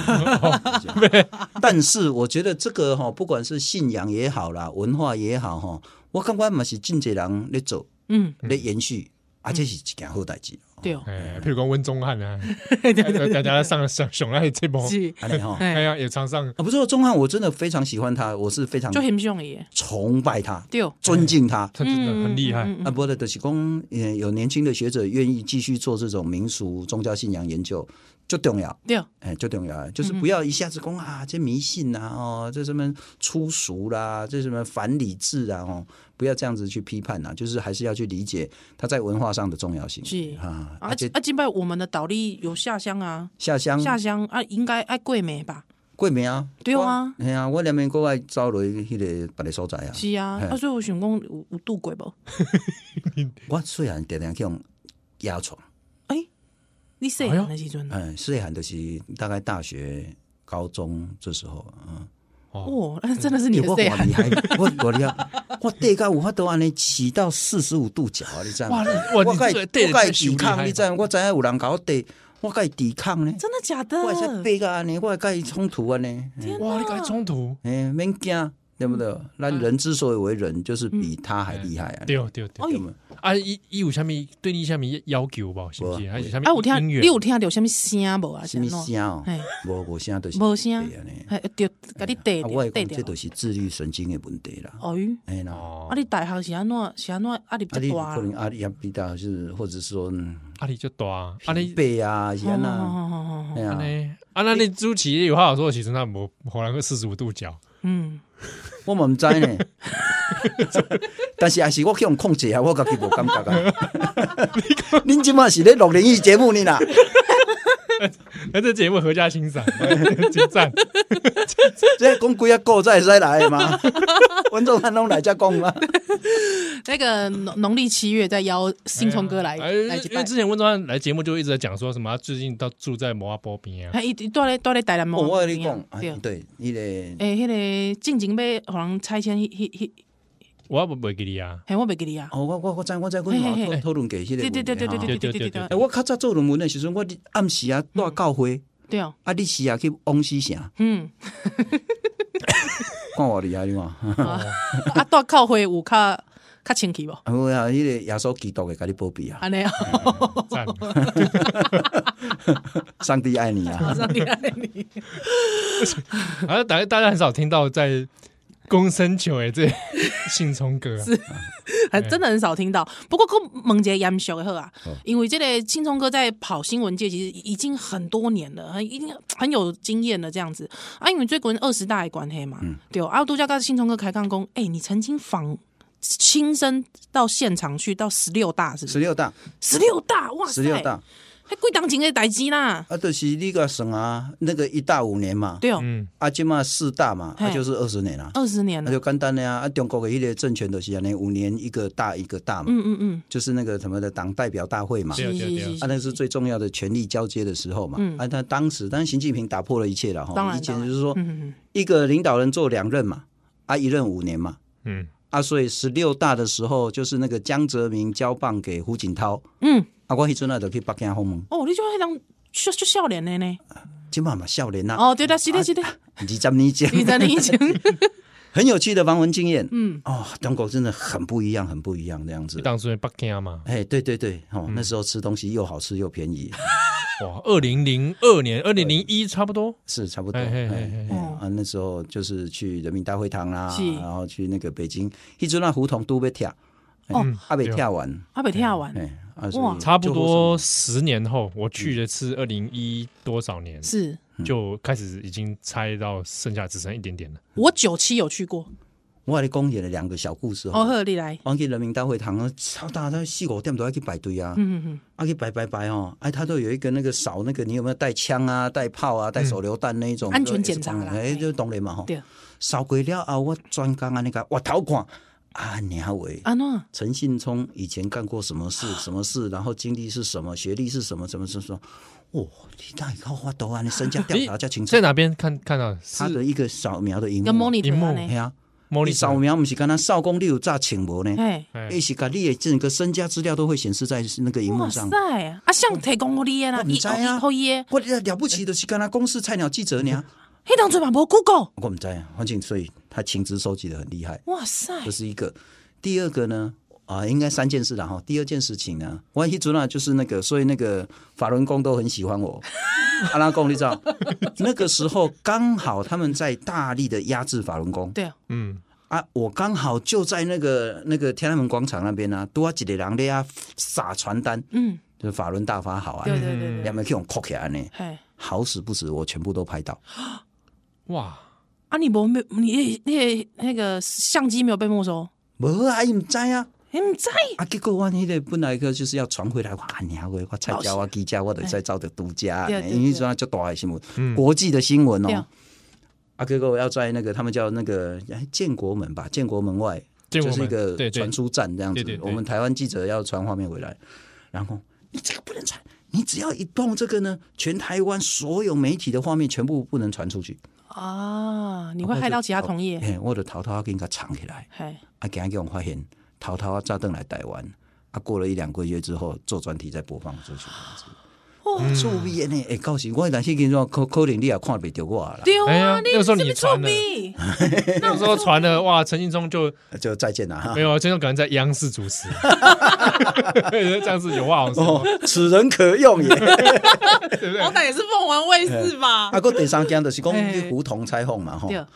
D: 但是我觉得这个哈，不管是信仰也好啦，文化也好哈，我感觉嘛是真侪人咧做
C: 嗯，
D: 咧延续，啊，这是一件好代志。
C: 对哦，
B: 哎，譬如讲温中汉啊，大家上上上来这波，
C: 是，
D: 安尼哈，
B: 哎
C: 哎，
B: 呀，也常上
D: 啊，不是钟汉，我真的非常喜欢他，我是非常
C: 就很像伊，
D: 崇拜他、
C: 对哦，
D: 尊敬他。
B: 他真的很厉害。
C: 嗯嗯嗯
D: 啊，不的，就是讲，呃，有年轻的学者愿意继续做这种民俗宗教信仰研究，就重要。
C: 对哦，
D: 哎，最重要的就是不要一下子讲啊，这迷信啊，哦，这什么粗俗啦，这什么反理智啊，哦，不要这样子去批判啊，就是还是要去理解它在文化上的重要性。
C: 是
D: 啊，
C: 啊
D: 而且
C: 啊，今摆我们的倒立有下乡啊，
D: 下乡
C: 下乡啊，应该爱贵美吧？
D: 贵名啊，
C: 对啊
D: 我，哎呀，我两边国外招来迄个别个所在啊，
C: 是啊，
D: 嘿
C: 啊，所以我想讲有有度过无？
D: 我虽然常常去用压床，
C: 哎，你细
B: 哎呦
C: 汉的时阵，啊
D: 嗯，虽然就是大概大学、高中这时候，嗯。
B: 哦，
C: 哦，那真的是你的
D: 我
C: 细
D: 我
C: 汉
D: 厉，害，我我厉害，我地高有法度安尼起到四十五度角啊！你知道吗？
B: 哇你哇
D: 我
B: 你这
D: 跟
B: 个
D: 他
B: 地得
D: 我跟他
B: 太
D: 抵
B: 厉害
D: 抗，你知道吗？我知影有人甲我地，我甲伊抵抗呢，
C: 真的假的？哎
D: 我会使爬到安尼，我会甲伊冲突安尼，
C: 天
B: 哇，
C: 哪
B: 你跟他冲突，
D: 哎，免惊，对不对？那人之所以为人，就是比他还厉害啊！
B: 对对对
C: 哎。
D: 对吗
B: 啊，伊伊有啥物对你啥物要求无？是不
D: 没
B: 是？
D: 有
B: 还是啥物
C: 啊，有听，
B: 音乐
C: 你？有听到什么声无啊？
D: 什么声哦
C: 嘿？
D: 无无声就是
C: 无声
D: 地安尼。
C: 哎，对，甲你缀
D: 啊，我会
C: 缀
D: 讲，这
C: 掉
D: 都。是自律神经的问题啦。
C: 哦，
D: 哎啦，
B: 哦
C: 啊，，你大学是安怎？是安怎压力
D: 啊，
C: 比
D: 你
C: 较大
D: 可？能压力压比较是，或者是说嗯
B: 压力就大，啊
D: 疲
B: 你
D: 惫啊，是安那，
C: 哦
D: 哎呀。
B: 呢？啊，那你朱奇有话好说，其实那无可能个四十五度角，
C: 嗯，
D: 我嘛毋知呢，但是也是我去用控制啊，我家己无感觉啊。恁即马是咧录灵异节目呢啦？
B: 那这节目合家欣赏， 点赞。
D: 这讲几啊个才会使来的嘛？阮总汉拢来遮讲嘛？
C: 那个农农历七月再邀新聪哥来
B: 哎
C: 来一
B: 因为
C: 拜。
B: 之前温州汉来节目就一直在讲说什么，他最近到住在摩阿波边啊，
C: 他伊伊住咧住咧台南嘛
D: 哦，我甲你讲，
C: 啊对
D: 哎，对，迄个
C: 诶，迄个进前要互人拆迁，迄迄迄，
B: 我不袂给你啊。
C: 嘿，我袂记你啊。
D: 哦，我我我知我知，阮
C: 嘿嘿
D: 嘛
C: 嘿
D: 讨讨论过迄个
C: 对
D: 问
C: 对
D: 题
C: 对对对
D: 哈
C: 对对对对
D: 哎，我较早做论文的时阵，我伫暗时啊带教会，
C: 对哦，
D: 啊，你时啊去往西城，
C: 嗯，
D: 看我厉害你看。
C: 啊，住靠会有较较清气无？
D: 啊，我啊，迄个耶稣基督会甲你保庇啊，
C: 安 尼啊，
B: 赞，
D: 上帝爱你 啊！
C: 上帝安尼，
B: 好像啊大家大家很少听到在公生球诶这信聪 哥啊，
C: 还哎
D: 嗯
C: 真的很少听到。不过，我问一个严肃的好啊，
D: 哦
C: 因为这个青葱哥在跑新闻界其实已经很多年了，很已经很有经验了这样子。啊，因为最近二十大的关系
D: 嗯
C: 嘛，对哦，啊，杜家跟青葱哥开杠工，哎、你曾经访亲身到现场去到十六大是不
D: 十
C: 是？
D: 六大，
C: 十六大，哇塞，
D: 十六大，
C: 迄几当前的代志啦，
D: 啊，就是你个算啊，那个一大五年嘛，
C: 对哦，
B: 嗯，
D: 啊，即嘛四大嘛，
C: 嘿哦
D: 啊，就是二十年啊，
C: 二十年
D: 那
C: 了，
D: 就简单的啊，啊，中国的迄个政权就是安尼，五年一个大一个大嘛，
C: 嗯嗯嗯，
D: 就是那个什么的党代表大会嘛，
B: 对对对
D: 啊，那是最重要的权力交接的时候嘛。
C: 嗯
D: 啊，那当时，但习近平打破了一切了
C: 当
D: 哈。
C: 然
D: 以前
C: 当然
D: 就是说，
C: 嗯嗯
D: 一个领导人做两任嘛，啊，一任五年嘛，
B: 嗯，
D: 啊，所以十六大的时候，就是那个江泽民交棒给胡锦涛，
C: 嗯，
D: 啊，我迄阵啊就去北京访问，
C: 哦，你就迄当就就少年的呢，
D: 今嘛嘛少年啊，
C: 哦，对啦，是的，是的，
D: 二十年前，
C: 你在你以 前，
D: 很有趣的访问经验。
C: 嗯，
D: 哦，中国真的很不一样，很不一样这样子。
B: 当初在北京啊嘛，
D: 哎，对对对，哦，
B: 嗯
D: 那时候吃东西又好吃又便 宜，
B: 哇，二零零二年、二零零一差不多，
D: 是差不多。
B: 嘿嘿嘿
D: 哎
B: 嘿
D: 哎
C: 哦
D: 啊，那时候就是去人民大会堂啦
C: 是，
D: 然后去那个北京，一直那胡同都被跳，
C: 哦，
D: 阿被跳完，
C: 还没听完，
D: 哎，啊，
C: 哇
D: 所以
B: 差不
D: 就后
B: 多十年后，我去的是二零一多少年，
C: 是
B: 就开始已经猜到剩下只剩一点点了。
C: 我九七有去过，
D: 我跟你公演了两个小故事
C: 哦，
D: 哦。
C: 贺你来，
D: 我去人民大会堂啊，超大概四五点都要去排队啊，
C: 嗯嗯嗯，
D: 啊去排排排哦，哎，他都有一个那个扫那个，你有没有带枪啊、带炮啊、带手榴弹那一种
C: 嗯安全检查啦
D: 就哎，就懂了嘛吼。
C: 对，
D: 扫过了后，我专工安尼个，我头看啊，娘喂！
C: 安怎？
D: 陈信聪以前干过什么事，
C: 啊
D: 什么事，然后经历是什么，学历是什么，什么什么什么。哦，你那靠花多啊，你身价调查加 清楚
B: 在。哪边看看到
D: 他
B: 是
D: 的一个扫描的荧
C: 跟
D: 幕，
B: 荧
C: monitor
B: 幕
C: 安
D: 哎
C: 尼，
D: 呀，
B: 莫
D: 你
B: 里
D: 扫描不是跟他少工，你有炸请无呢？
C: 哎，
B: 哎
D: 伊是把你的整个身家资料都会显示在那个荧幕
C: 哇
D: 上。
C: 塞，啊，像提供互你的啦，
D: 我不
C: 伊
D: 知啊
C: 互伊的，
D: 我了不起的是跟他公司 菜鸟记者呢，
C: 迄当阵嘛无 Google，
D: 我们在，反正啊所以他情资收集的很厉害。
C: 哇塞，
D: 这是一个。第二个呢，啊，应该三件事了哈。第二件事情呢，我一直呢就是那个，所以那个法轮功都很喜 欢我。阿拉贡，你知道，那个时候刚好他们在大力的压制法轮功
C: 对啊，
B: 嗯，
D: 啊，我刚好就在那个那个天安门广场那边呢，多几个人在啊撒传单，
C: 嗯，
D: 就是法轮大法好啊，
C: 对对对
B: 嗯
C: 对，
D: 两边去用扣起来呢，
C: 嘿，
D: 好死不死我全部都拍到，
B: 哇，
C: 啊，你无没你那那个相机没有被没收？
D: 无啊，伊唔知啊。
C: 你唔知？
D: 啊，结果我迄个本来个就是要传回来，哇，娘喂，我菜鸟我记者，我得再招着独家，
C: 对对
D: 因为说就大的新闻，
B: 嗯
D: 国际的新闻
C: 对
D: 哦
C: 啊。
D: 啊，结果要在那个他们叫那个哎建国门吧，建国门外
B: 建国
D: 就是一
B: 门
D: 个
B: 对对
D: 传输站这样子
B: 对对。对
D: 我们台湾记者要传画面回来，然后你这个不能传，你只要一动这个呢，全台湾所有媒体的画面全部不能传出去。
C: 啊，你会害到其他同业？
D: 嘿，我的偷偷给人家藏起来。
C: 嘿，
D: 啊，给他给我发现，淘淘啊，炸灯来台湾，啊，过了一两个月之后，做专题再播放出去，这样子。哦，趣味的呢！哎，到时我但是跟你说，可可能你也看不到我啦，
C: 对
B: 哎呀
C: 啊，你
B: 那个时候你
C: 是不是
B: 传
C: 臭
B: 了
C: 逼？
B: 那时候传了哇，陈信忠就
D: 就再见了哈
B: 没。有，
C: 啊
B: 陈信忠可能在央视主 持， 这样子有话好说，
D: 哦，此人可用 也。
B: 对不
C: 好
B: 对？
C: 歹也是凤凰卫视吧？
D: 啊，个第三件就是讲
C: 哎
D: 去胡同采访嘛，吼。
C: 对，
D: 啊，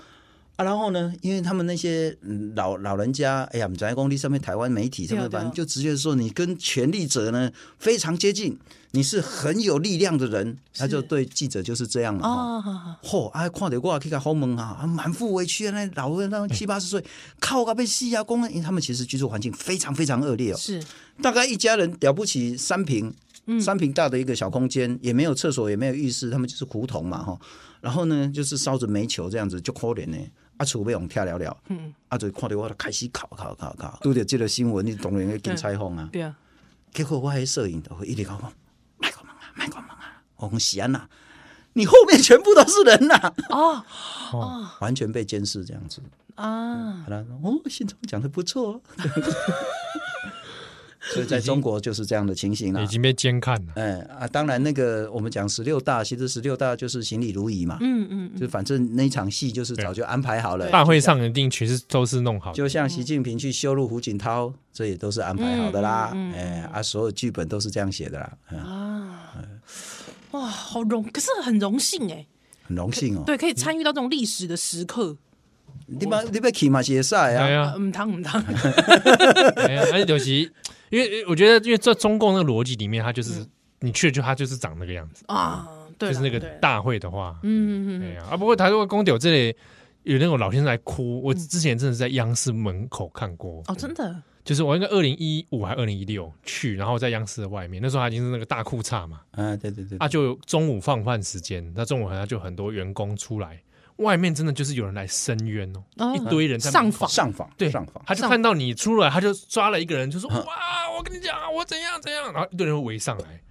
D: 然后呢，因为他们那些嗯老老人家，哎呀，我们在工地上面台湾媒体什么，
C: 对啊
D: 反正就直接说你跟权力者呢非常接近，你是很有力量的人，他就对记者就是这样嘛。吼
C: 啊，好好
D: 吼、啊，看到我去甲访问啊，啊满腹委屈啊，那老人那七八十岁，靠个被死啊，公因为他们其实居住环境非常非常恶劣哦，
C: 是，
D: 大概一家人了不起三平，
C: 嗯
D: 三平大的一个小空间，也没有厕所，也没有浴室，他们就是胡同嘛哈。然后呢，就是烧着煤球这样子，就可怜呢。啊，厝被我们跳了了，嗯，啊，就看到我就开始哭哭哭哭，拄着这个新闻，你当然要跟采访啊。
C: 对啊，
D: 结果我迄摄影都一直跟我讲，卖关门啊，卖关门啊，我讲是安呐，你后面全部都是人呐、
C: 哦
D: 完全被监视这样子。
C: 啊，
D: 好了，哦，信聪讲的不错、 哦，所以在中国就是这样的情形啦
B: 已。经被监看了，
D: 哎啊，当然那个我们讲十六大，其实十六大就是行礼如仪嘛，
C: 嗯嗯嗯，
D: 就反正那一场戏就是早就安排好了。
B: 大会上一定全是都是弄好的，
D: 就像习近平去羞辱胡锦涛，这也都是安排好的啦。
C: 嗯嗯嗯
D: 哎啊，所有剧本都是这样写的啦，嗯
C: 哇，好荣，可是很荣幸哎，
D: 很荣幸哦。
C: 对，可以参与到这种历史的时刻，
D: 你把你被起嘛写
B: 哎
D: 晒啊，
B: 呀
C: 啊，，唔 当唔当，
B: 哎呀，而且尤其，因为我觉得，因为这中共那个逻辑里面，它就是你去了就它就是长那个样子，
C: 啊，嗯对
B: 就
C: 啦，
B: 是那个
C: 对啦，
B: 大会的话，
C: 嗯嗯
B: 哎呀，啊，不过台湾公屌这里有那种老先生来哭，我之前真的是在央视门口看过
C: 嗯嗯，，哦，真的，
B: 就是我应该二零一五还二零一六去，然后在央视的外面，那时候他已经是那个大裤衩嘛，
D: 嗯，对对对，
B: 啊，就中午放饭时间，那中午好像就很多员工出来，外面真的就是有人来申冤哦，
C: 哦
B: 一堆人在
C: 上
B: 门口
C: 访
D: 上访，
B: 对，
D: 上访，
B: 他就
C: 上
B: 看到你出来，他就抓了一个人，就说：“哇，我跟你讲啊，我怎样怎样。”然后一堆人会围上来。
C: 哦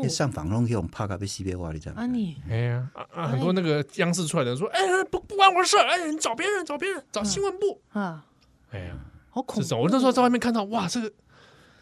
D: 那哎上访拢用拍到要死别话，你知道吗？
C: 啊你，
B: 哎呀，啊啊，很多那个央视出来的人说：“哎，不不关我的事，哎，你找别人，找别人，找新闻部。
C: 啊，”
B: 哎呀，
C: 好嗯
B: 这
C: 恐怖哦
B: 种我那时候在外面看到，哇，这个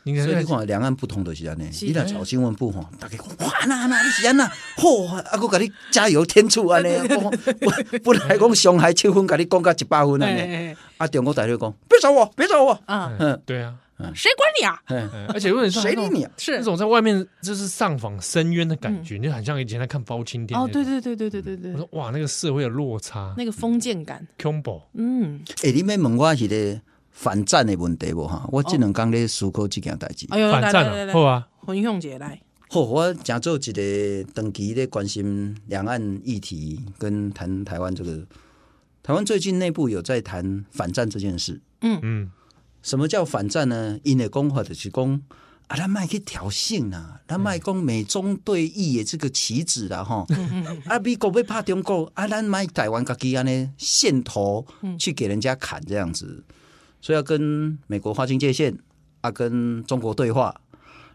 B: 你看
D: 所以你看，两岸不同就是安尼。
C: 是
D: 你若找新闻部吼，大家看哇那那，你是安那，吼，啊，我甲你加油添醋安尼， 不不来讲上海七分，甲你讲到一百分安尼。
C: 哎哎
D: 啊，中国大陆讲，别找我，别找我，
C: 啊，
B: 嗯，对啊，
C: 谁管你啊？
D: 嗯
B: 嗯而且有点像
D: 谁理你？啊？
B: 那
C: 是嗯
B: 种在外面就是上访申冤的感觉，你就很像以前在看包青天
C: 哦，
B: 那
C: 对
B: 种
C: 对对对对对对
B: 我，说哇，那个社会的落差
C: 那个封建感，
B: ，combo，
C: 嗯，
D: 诶，你要问我迄个反战的问题无哈？我即两工咧思考即件代志。
C: 哎呦，
B: 反
C: 来来来
B: 战啊，
C: 来
B: 好
C: 来，
B: 啊，
C: 混用姐来，
D: 好，我诚做一个长期咧关心两岸议题跟谈台湾这个。台湾最近内部有在谈反战这件事。
B: 嗯，
D: 什么叫反战呢？因的讲法就是讲啊，咱卖去挑衅啦，咱卖讲美中对弈的这个棋子啦，吼、啊，美国要拍中国，啊，咱卖台湾家己安尼线头去给人家砍这样子，所以要跟美国划清界限，啊，跟中国对话，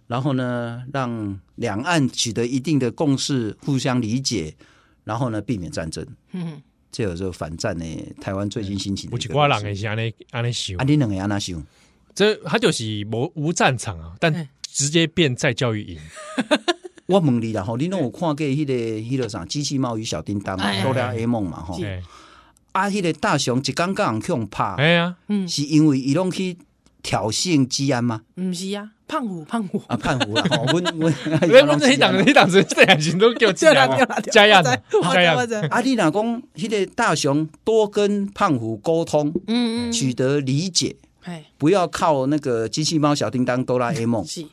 D: 然后呢，让两岸取得一定的共识，互相理解，然后呢，避免战争。
C: 嗯，
D: 这有时候反战呢，台湾最近兴起
B: 嗯
D: 的
B: 有
D: 一
B: 一
D: 个
B: 挂
D: 东
B: 人也
D: 西
B: 是安尼安尼想
D: 啊，。你两个安那想？
B: 这他就是无无战场啊，但
C: 嗯
B: 直接变再教育营。
D: 我问你啦吼，你拢有看过迄、个迄、个啥《机器猫与小叮当》
C: 哎
D: 嘛，
C: 哎
D: 哆啦 A 梦嘛吼？
B: 哎
D: 啊，迄、个大雄一刚刚去互拍，
B: 哎呀，
C: 嗯
D: 是因为伊拢去挑衅治安嘛？
C: 唔是啊，胖虎胖虎，
D: 啊，叛 服啦吼！阮阮
B: 因哎 为我这一档这一档子这两型都给我进来嘛
C: 对啦对啦对啦
B: 加样
C: 我知我知
B: 加
C: 我
B: 样
C: 知
D: 啊，你若讲迄个大雄多跟胖虎沟通，
C: 嗯嗯，
D: 取得理解，
C: 哎，
D: 不要靠那个机器猫、小叮当、哆啦 A 梦，
C: 是，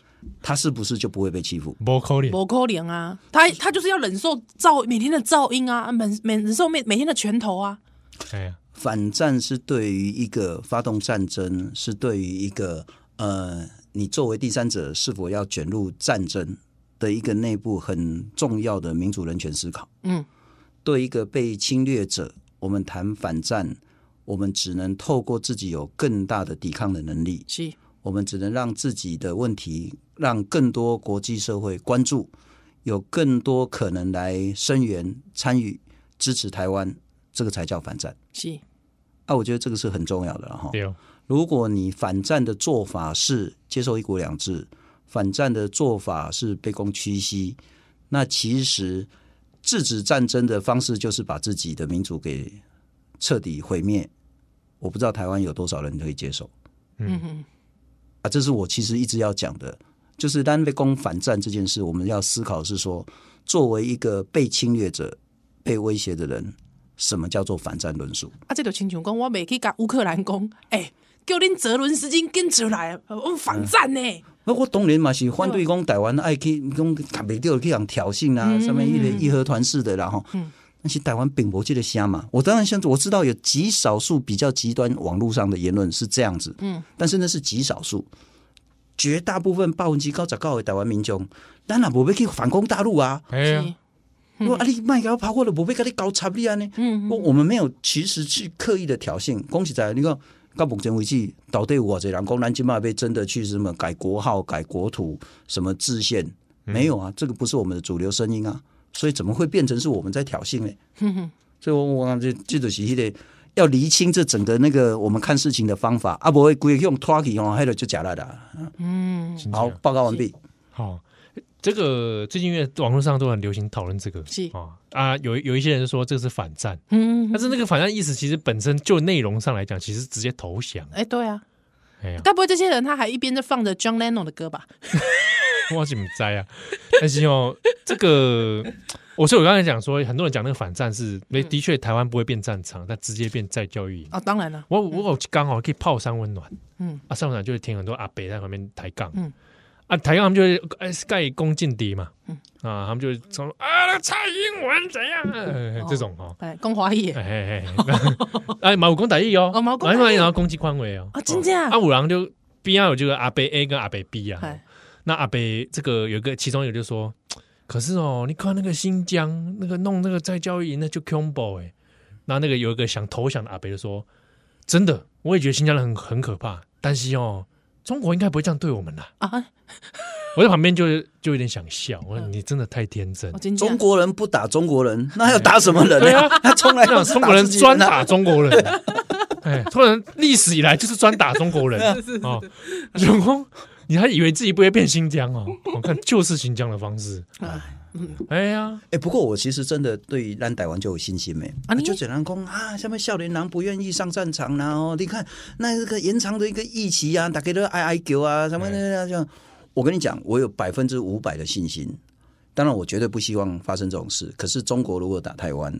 D: 他是不是就不会被欺负？
B: 不可能。
C: 不可能啊，他他就是要忍受噪每天的噪音啊，每每忍受每每天的拳头啊，
B: 哎呀，
D: 反战是对于一个发动战争，是对于一个呃，你作为第三者是否要卷入战争的一个内部很重要的民主人权思考。
C: 嗯，
D: 对一个被侵略者，我们谈反战，我们只能透过自己有更大的抵抗的能力，
C: 是，
D: 我们只能让自己的问题让更多国际社会关注，有更多可能来声援、参与、支持台湾，这个才叫反战。
C: 是，
D: 啊，我觉得这个是很重要的了哈。
B: 对哦，
D: 如果你反战的做法是接受一国两制，反战的做法是卑躬屈膝，那其实制止战争的方式就是把自己的民主给彻底毁灭。我不知道台湾有多少人可以接受
C: 嗯嗯，
D: 啊，这是我其实一直要讲的，就是单位攻反战这件事，我们要思考是说，作为一个被侵略者、被威胁的人，什么叫做反战论述？
C: 啊，这就亲像讲，我袂去甲乌克兰讲，哎，叫恁泽伦斯基跟出来，我们反战呢，
D: 那我当然嘛是反对讲台湾爱去讲甲袂着去人挑衅啦、啊，上面一个义和团式的啦吼。但是台湾并无这个声嘛，我当然相信我知道有极少数比较极端网络上的言论是这样子，嗯，但是那是极少数，绝大部分百分之九十九的台湾民众，咱也无要去反攻大陆啊，
B: 哎呀
C: 是，，
D: 我啊你卖给我跑过了，无要甲你搞插你安尼，嗯，我们没有其实去刻意的挑衅，讲实在，你看到目前为止，到底有偌济人讲咱即马被真的去什么改国号、改国土、什么制宪，没有啊，这个不是我们的主流声音啊，所以怎么会变成是我们在挑衅呢？所以我我讲这这就是迄、个。要厘清这整个那个我们看事情的方法，啊，不会故意用拖起哦，迄个就假了的。
B: 真的
D: 好，报告完毕。
B: 好，这个最近因为网络上都很流行讨论这个，
C: 是
B: 啊啊，有有一些人说这是反战，
C: 嗯，
B: 但是那个反战意思其实本身就内容上来讲，其实直接投降。
C: 哎，对啊，
B: 哎呀，
C: 该不会这些人他还一边在放着 John Lennon 的歌吧？
B: 我是不知啊。但是哦，这个，我所以我刚才讲说，很多人讲那个反战是，那
C: 嗯
B: 的确台湾不会变战场，但直接变再教育营。
C: 哦，当然了，
B: 我我有刚好可以泡山温暖，
C: 嗯
B: 啊，上温暖就会听很多阿伯在旁边抬杠，
C: 嗯
B: 啊，抬杠他们就会哎盖攻进敌嘛，啊，他们就会从啊那蔡英文怎样、啊这种哦，
C: 哎，讲华语的
B: 哎， 哎哎，哎，毛公打义哦，哎
C: 哦毛公
B: 然
C: 打
B: 后
C: 义
B: 然后攻击宽慰哦，
C: 啊，真正
B: 啊，五郎就边上有这个阿伯 A 跟阿伯 B 啊，
C: 哎，
B: 那阿北这个有一个，其中有就说，可是哦，你看那个新疆那个弄那个再教育营，那就 combo 哎。那那个有一个想投降的阿北就说，真的，我也觉得新疆人很很可怕，但是哦，中国应该不会这样对我们啦。
C: 啊，
B: 我在旁边就就有点想笑，我说
C: 嗯
B: 你真的太天真
C: 哦我。真的
D: 中国人不打中国人，那要打什么人
B: 对
D: 呢
B: 啊？
D: 他从来
B: 那
D: 都
B: 种
D: 是
B: 中国人
D: 自己
B: 专
D: 啊
B: 打中国人， 哎，中国人历史以来就是专打中国人哦。永空，你还以为自己不会变新疆哦？我看就是新疆的方式。哎呀，
D: 哎、不过我其实真的对于咱台湾就有信心没、
C: 啊你
D: 就只能讲啊，下面少年郎不愿意上战场啦、哦，你看那这个延长的一个疫期啊，大家都哀哀求啊，什么的这样。我跟你讲，我有百分之五百的信心。当然，我绝对不希望发生这种事。可是，中国如果打台湾，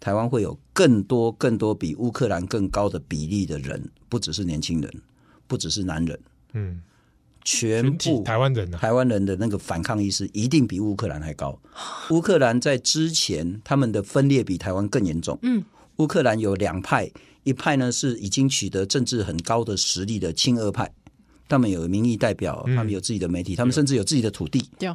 D: 台湾会有更多更多比乌克兰更高的比例的人，不只是年轻人，不只是男人，
B: 嗯，
D: 全
B: 全体
D: 部
B: 台湾人啊，
D: 台湾人的那个反抗意识一定比乌克兰还高。
C: 哦
D: 乌克兰在之前他们的分裂比台湾更严重。
C: 嗯，
D: 乌克兰有两派，一派呢是已经取得政治很高的实力的亲俄派，他们有民意代表，
B: 嗯
D: 他们有自己的媒体，他们甚至有自己的土地。
C: 对，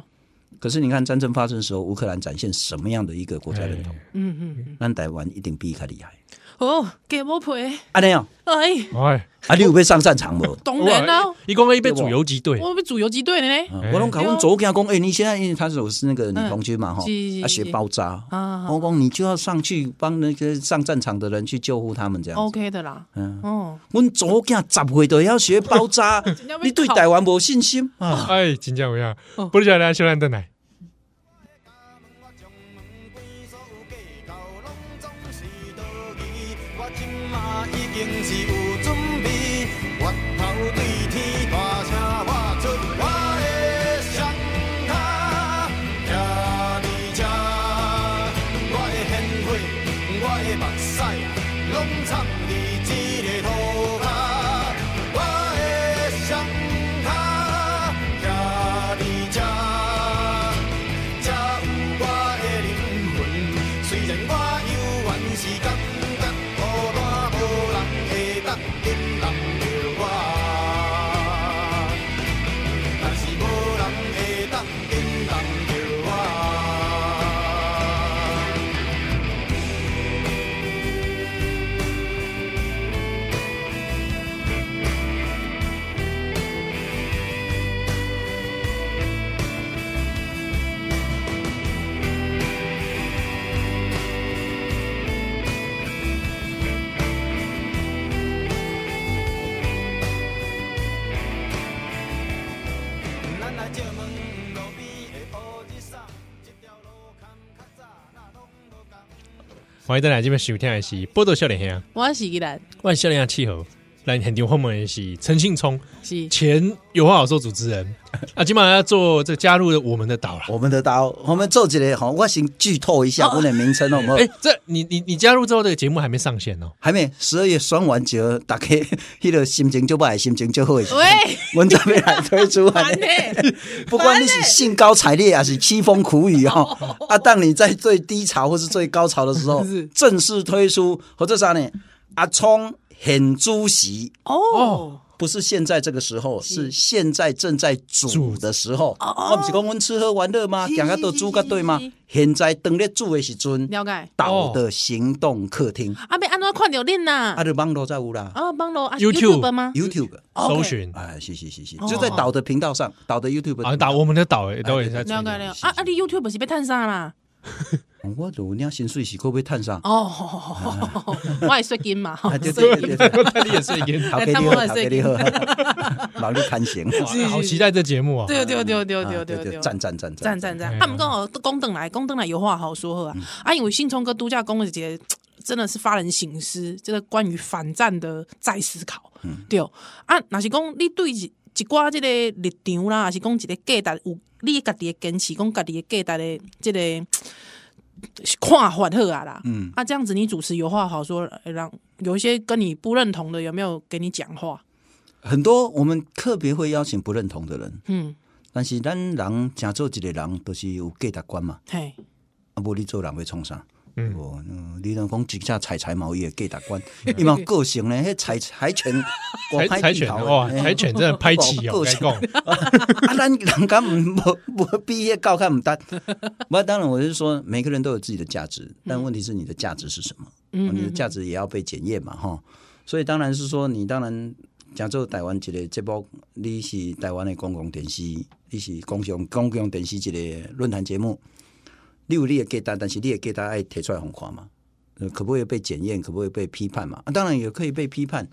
D: 可是你看战争发生的时候，乌克兰展现什么样的一个国家认同？
C: 嗯嗯嗯，
D: 那、台湾一定比他厉害。
C: 哦，给我赔，
D: 啊那样，
C: 哎，
B: 哎，
D: 啊你有被上战场吗？
C: 当然啦，
B: 一共一被主游击队，
C: 我们主游击队的呢，
D: 啊我拢搞阮左家公，哎、你现在因为他是我是那个女童军嘛，哈、
C: 嗯是是
D: 他学
C: 是
D: 包扎，
C: 啊
D: 我讲你就要上去帮那个上战场的人去救护他们这样子。
C: ，OK 的啦，
D: 嗯，
C: 哦，
D: 阮左家十岁都要学 包扎
C: 的要，被
D: 你对
C: 烤
D: 台湾无信心啊？
B: 哎，真正有影
C: 哦，
B: 不如叫咱小兰登来，
A: 我将门关，所有计较拢总是多疑。我今嘛已经是有准备，越头对天大声喊出我的双脚，徛伫这，我的鲜血，我的目屎，拢藏伫这个土下。我的双脚徛伫这。才有我的灵魂。虽然我犹原是感觉孤单，无人会当引领着我，但是无人会当引领着我。咱来借问路边的乌日送，这条路坎较早哪拢无同。
B: 欢迎登来这边收听的是《波多笑脸兄
C: 我是依然，》，
B: 我是笑脸兄气候，啊咱现场后面的是陈信聪，
C: 是
B: 前有话好说主持人啊，今晚要做这加入了我们的岛了。
D: 我们的刀，我们做起来哈，我先剧透一下我的名称好不好
B: 哎？，这你你你加入之后，这个节目还没上线哦。
D: 还没十二月双完节，大家 迄个心情就不好，心情就好的时候。
C: 喂，
D: 文章要来推出啊
C: 完！嘞，
D: 不管你是兴高采烈还是凄风苦雨哦，啊，当你在最低潮或是最高潮的时 候
C: 是，
D: 正式推出或者啥呢？阿聪很主席，
C: 哦，
D: 不是现在这个时候，是现在正在煮的时候。我不是讲我们吃喝玩乐吗？
C: 哦是
D: 讲个都煮个对吗
C: 是是？
D: 现在当咧煮的时阵，
C: 了解，
D: 岛的行动客厅，
C: 啊，要安怎看到恁
D: 啊，
C: 呐？
D: 就网络才有啦
C: 啊，网络啊
B: YouTube
C: YouTube 吗
D: ，YouTube，
B: 搜
C: OK
B: 寻
D: 哎，是是是是，
C: 哦
D: 就在岛的频道上，岛的 YouTube
B: 啊，打我们的岛，哎，都也在
D: 哎
B: 吹
C: 了解了，啊啊，你 YouTube 是要探啥啦？
D: 我有领薪水是可不可以探上？
C: 哦，我会税金嘛，
D: 啊，对对 对对对，
B: 看你也是一个人
D: 头给你好，头给你好， 老力看行。
B: 哇好期待这节目啊！
C: 对对对对
D: 啊
C: 对对对，
D: 赞赞赞
C: 赞赞赞
B: 哎！
C: 啊，毋过哦，讲转来，讲转来有话好说好啊。
D: 嗯
C: 啊，因为信聪哥度假公一个真的是发人省思，这个关于反战的再思考。
D: 嗯
C: 对啊，若是讲你对一一寡即个立场啦，还是讲一个价值有你家己的坚持，讲家己的价值的即个看法好啊啦。
D: 嗯，
C: 啊，这样子你主持有话好说，呃让有一些跟你不认同的有没有给你讲话？
D: 很多我们特别会邀请不认同的人，
C: 嗯，
D: 但是咱人诚做一个人，都是有价值观嘛，
C: 嘿，
D: 啊，无你做人会创啥？
B: 嗯
D: 无，嗯你若讲真正采柴毛伊会价 值观，伊嘛有个性咧，迄采柴犬，
B: 柴柴犬哇，柴犬哦真的拍起哦，
D: 够
B: 该
D: 呛
B: 讲，
D: 啊，咱人家唔不不毕业高看唔单， 不，当然我是说，每个人都有自己的价值，但问题是你的价值是什么？
B: 嗯
D: 哦你的价值也要被检验嘛，哈。所以当然是说，你当然讲做台湾一个节目，你是台湾的公共电视，你是公共公共电视一个论坛节目，你有你的价值，但是你的价值爱提出来红看嘛，呃可不可以被检验，可不可以被批判嘛？啊当然也可以被批判。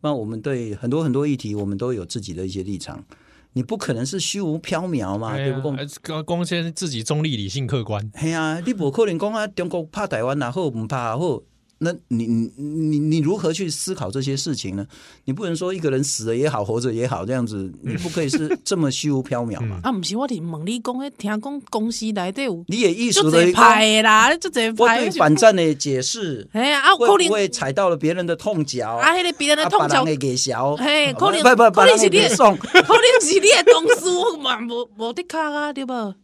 D: 那我们对很多很多议题，我们都有自己的一些立场。你不可能是虚无缥缈嘛，
B: 哎
D: 对不
B: 呀
D: 对？
B: 还是光光先自己中立、理性、客观，
D: 系啊，你不可能讲啊，中国怕台湾也好，唔怕也好，那你你你你如何去思考这些事情呢？你不能说一个人死了也好，活着也好，这样子，
C: 嗯
D: 你不可以是这么虚无缥缈嘛？
C: 啊，毋是我伫问你讲，迄听讲公司内底有
D: 你也艺术
C: 就
D: 的
C: 这
D: 一个，
C: 派的啦，就这
D: 我
C: 派
D: 对。反战的解释，
C: 哎呀，啊，
D: 会
C: 可
D: 不
C: 能
D: 会踩到了别人的痛脚？
C: 啊，迄个别人的
D: 啊
C: 痛
D: 把
C: 脚，
D: 人的给小，
C: 嘿
D: 不
C: 可能
D: 不不，把
C: 可能
D: 人
C: 是
D: 给
C: 你
D: 别送。
C: 可能是你的同事，我嘛无无得卡啊，对无？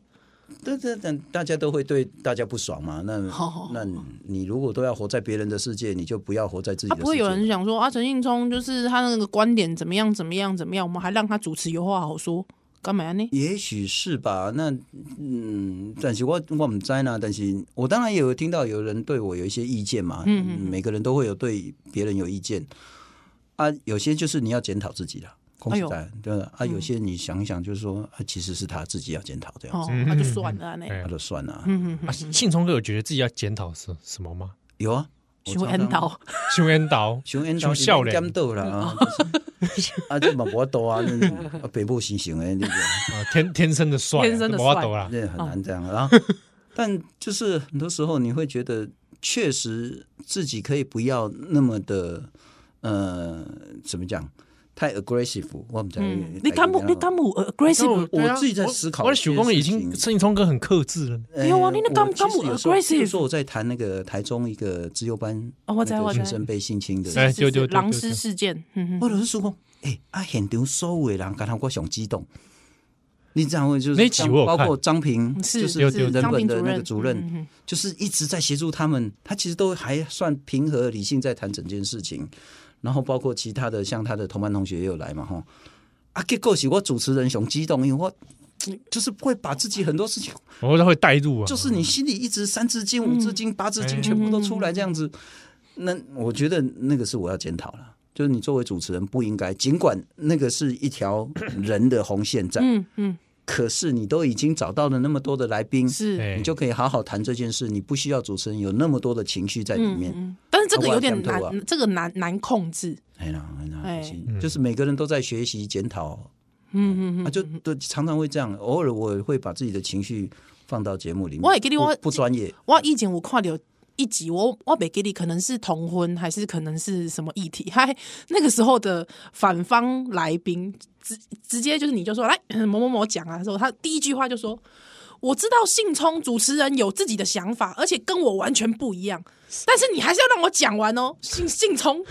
D: 但但但大家都会对大家不爽嘛？那
C: 好
D: 那你如果都要活在别人的世界，你就不要活在自己
C: 啊，
D: 的世界。
C: 不会有人想说啊，陈信聪就是他那个观点怎么样怎么样怎么样，我们还让他主持有话好说，干嘛呢？
D: 也许是吧，那嗯，但是我我唔知呢，但是我当然也有听到有人对我有一些意见嘛，
C: 嗯嗯
D: 嗯，每个人都会有对别人有意见啊，有些就是你要检讨自己啦，空
C: 哎
D: 实
C: 呦
D: 在对吧啊，有些你想一想，就是说啊，其实是他自己要检讨这样
C: 哦
D: 子，，
C: 那就算了呢。
B: 哎
D: 他就算了，
C: 嗯嗯嗯，
B: 啊，信聪哥有觉得自己要检讨什什么吗？
D: 有啊，我
C: 想
D: 常
C: 引
D: 常
C: 导，
B: 熊恩导，
D: 像因
B: 像
D: 头
B: 少
D: 是
B: 年
D: 减倒啦， 啊，就是啊，这嘛无多啊，你啊，北部形成的，你这
B: 啊，天天生的帅啊，
C: 天生的帅
B: 我懂啦。
D: 这
C: 哦
D: 很难这样啊。 但就是很多时候你会觉得，确实自己可以不要那么的，呃，怎么讲，太 aggressive。我们讲，
C: 嗯，你敢不你敢不
B: 我
C: aggressive？
D: 我
B: 对啊
D: 自己在思考
B: 我的
D: 这些
B: 许工已
D: 事
B: 经
D: 情
B: 信聪哥很克制了，
D: 呃
C: 没有啊你那敢
D: 我
C: 敢不
D: 其实有时候
C: aggressive？
D: 比如说我在谈那个台中一个自由班，
C: 哦我知
D: 那个
C: 我知
D: 学生被性侵的，
B: 哎
C: 是
B: 对
C: 是
B: 对对
C: 是狼
B: 对对
C: 师事件，嗯
D: 我
C: 嗯，
D: 就是讲，哎、啊，现场所有的人，刚才我上激动。你知道吗？就是
B: 那集
D: 张
B: 我有
D: 包
B: 看
D: 括张平，就是是
B: 有
D: 人
B: 有
C: 张
D: 本
C: 平
D: 的
C: 主
D: 那个
C: 任
D: 主
C: 嗯
D: 任，
C: 嗯嗯
D: 就是一直在协助他们。他其实都还算平和理性在谈整件事情。然后包括其他的，像他的同班同学也有来嘛，吼。啊，结果是我主持人熊激动，因为我就是会把自己很多事情
B: 我都会带入啊。
D: 就是你心里一直三字经、五字经、八字
C: 嗯
D: 经
B: 哎
D: 全部都出来这样子，那我觉得那个是我要检讨了。就是你作为主持人不应该，尽管那个是 一条人的红线在，
C: 嗯嗯，
D: 可是你都已经找到了那么多的来宾，
C: 是。
B: 哎
D: 你就可以好好谈这件事，你不需要主持人有那么多的情绪在里面。
C: 嗯，但是这个有点
D: 啊我也想吐
C: 难，这个难难控制。
D: 哎呀，哎呀，
C: 哎
D: 就是就是每个人都在学习检讨，
C: 嗯嗯嗯，
D: 啊，就对，常常会这样。偶尔我会把自己的情绪放到节目里面，
C: 我也跟你
D: 不
C: 我
D: 不专业，
C: 我以前有看到一集，我我北给你可能是同婚，还是可能是什么议题？嗨，那个时候的反方来宾直直接就是你就说来某某某讲啊的时候，他第一句话就说。我知道信聪主持人有自己的想法，而且跟我完全不一样，但是你还是要让我讲完哦。信信聪，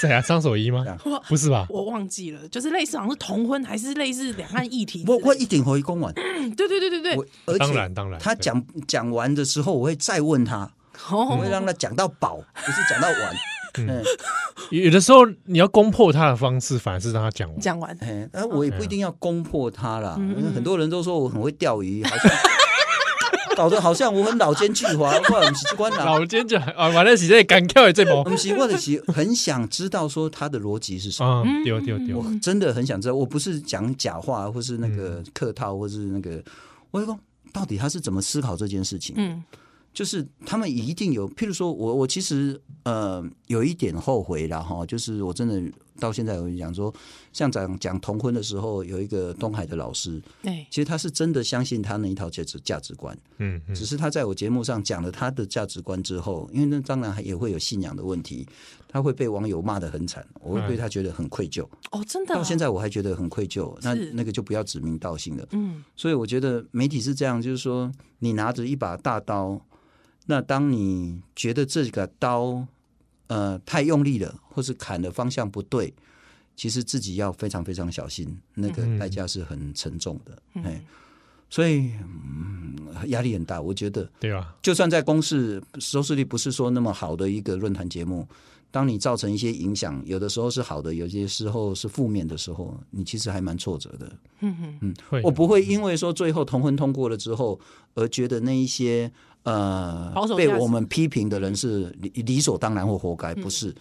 B: 谁啊？张守一吗？不是吧？
C: 我忘记了，就是类似好像是同婚还是类似两岸议题之类的。嗯
D: 我我一定回公完。
C: 对对对对对
D: 我，而且
B: 当然当然
D: 他讲讲完的时候，我会再问他，我
C: 哦
D: 会让他讲到 饱，不是讲到完。嗯，
B: 有有的时候你要攻破他的方式，反而是让他讲完。
C: 讲完
D: 哎，那我也不一定要攻破他啦，
C: 嗯
D: 因为很多人都说我很会钓鱼，好像搞得好像我很老奸巨猾，我不是这款人，
B: 老奸讲啊，完了，是在敢跳的这波
D: 不 是我就是很想知道说他的逻辑是
C: 嗯
D: 什么。
B: 啊，丢丢丢！
D: 我真的很想知道，我不是讲假话，或是那个
B: 嗯
D: 客套，或是那个，我就说到底他是怎么思考这件事情？
C: 嗯，
D: 就是他们一定有，譬如说我我其实呃有一点后悔了哈，就是我真的到现在我就讲说，像讲讲同婚的时候，有一个东海的老师，
C: 对，
D: 其实他是真的相信他那一套价值价值观，
B: 嗯嗯，
D: 只是他在我节目上讲了他的价值观之后，因为那当然还也会有信仰的问题，他会被网友骂得很惨，我
B: 嗯
D: 会对他觉得很愧疚。
C: 哦，真的啊，
D: 到现在我还觉得很愧疚，那
C: 是
D: 那个就不要指名道姓了。
C: 嗯，
D: 所以我觉得媒体是这样，就是说你拿着一把大刀，那当你觉得这个刀呃太用力了，或是砍的方向不对，
C: 嗯
D: 其实自己要非常非常小心，那个代价是很沉重的。哎、所以嗯压力很大。我觉得，
B: 对啊吧？
D: 就算在公视收视率不是说那么好的一个论坛节目，当你造成一些影响，有的时候是好的，有些时候是负面的时候，你其实还蛮挫折的。
C: 嗯
D: 嗯
B: 会
D: 我不会因为说最后同婚通过了之后，而觉得那一些呃
C: 保守价值
D: 被我们批评的人是理理所当然或活该，不
C: 嗯
D: 是。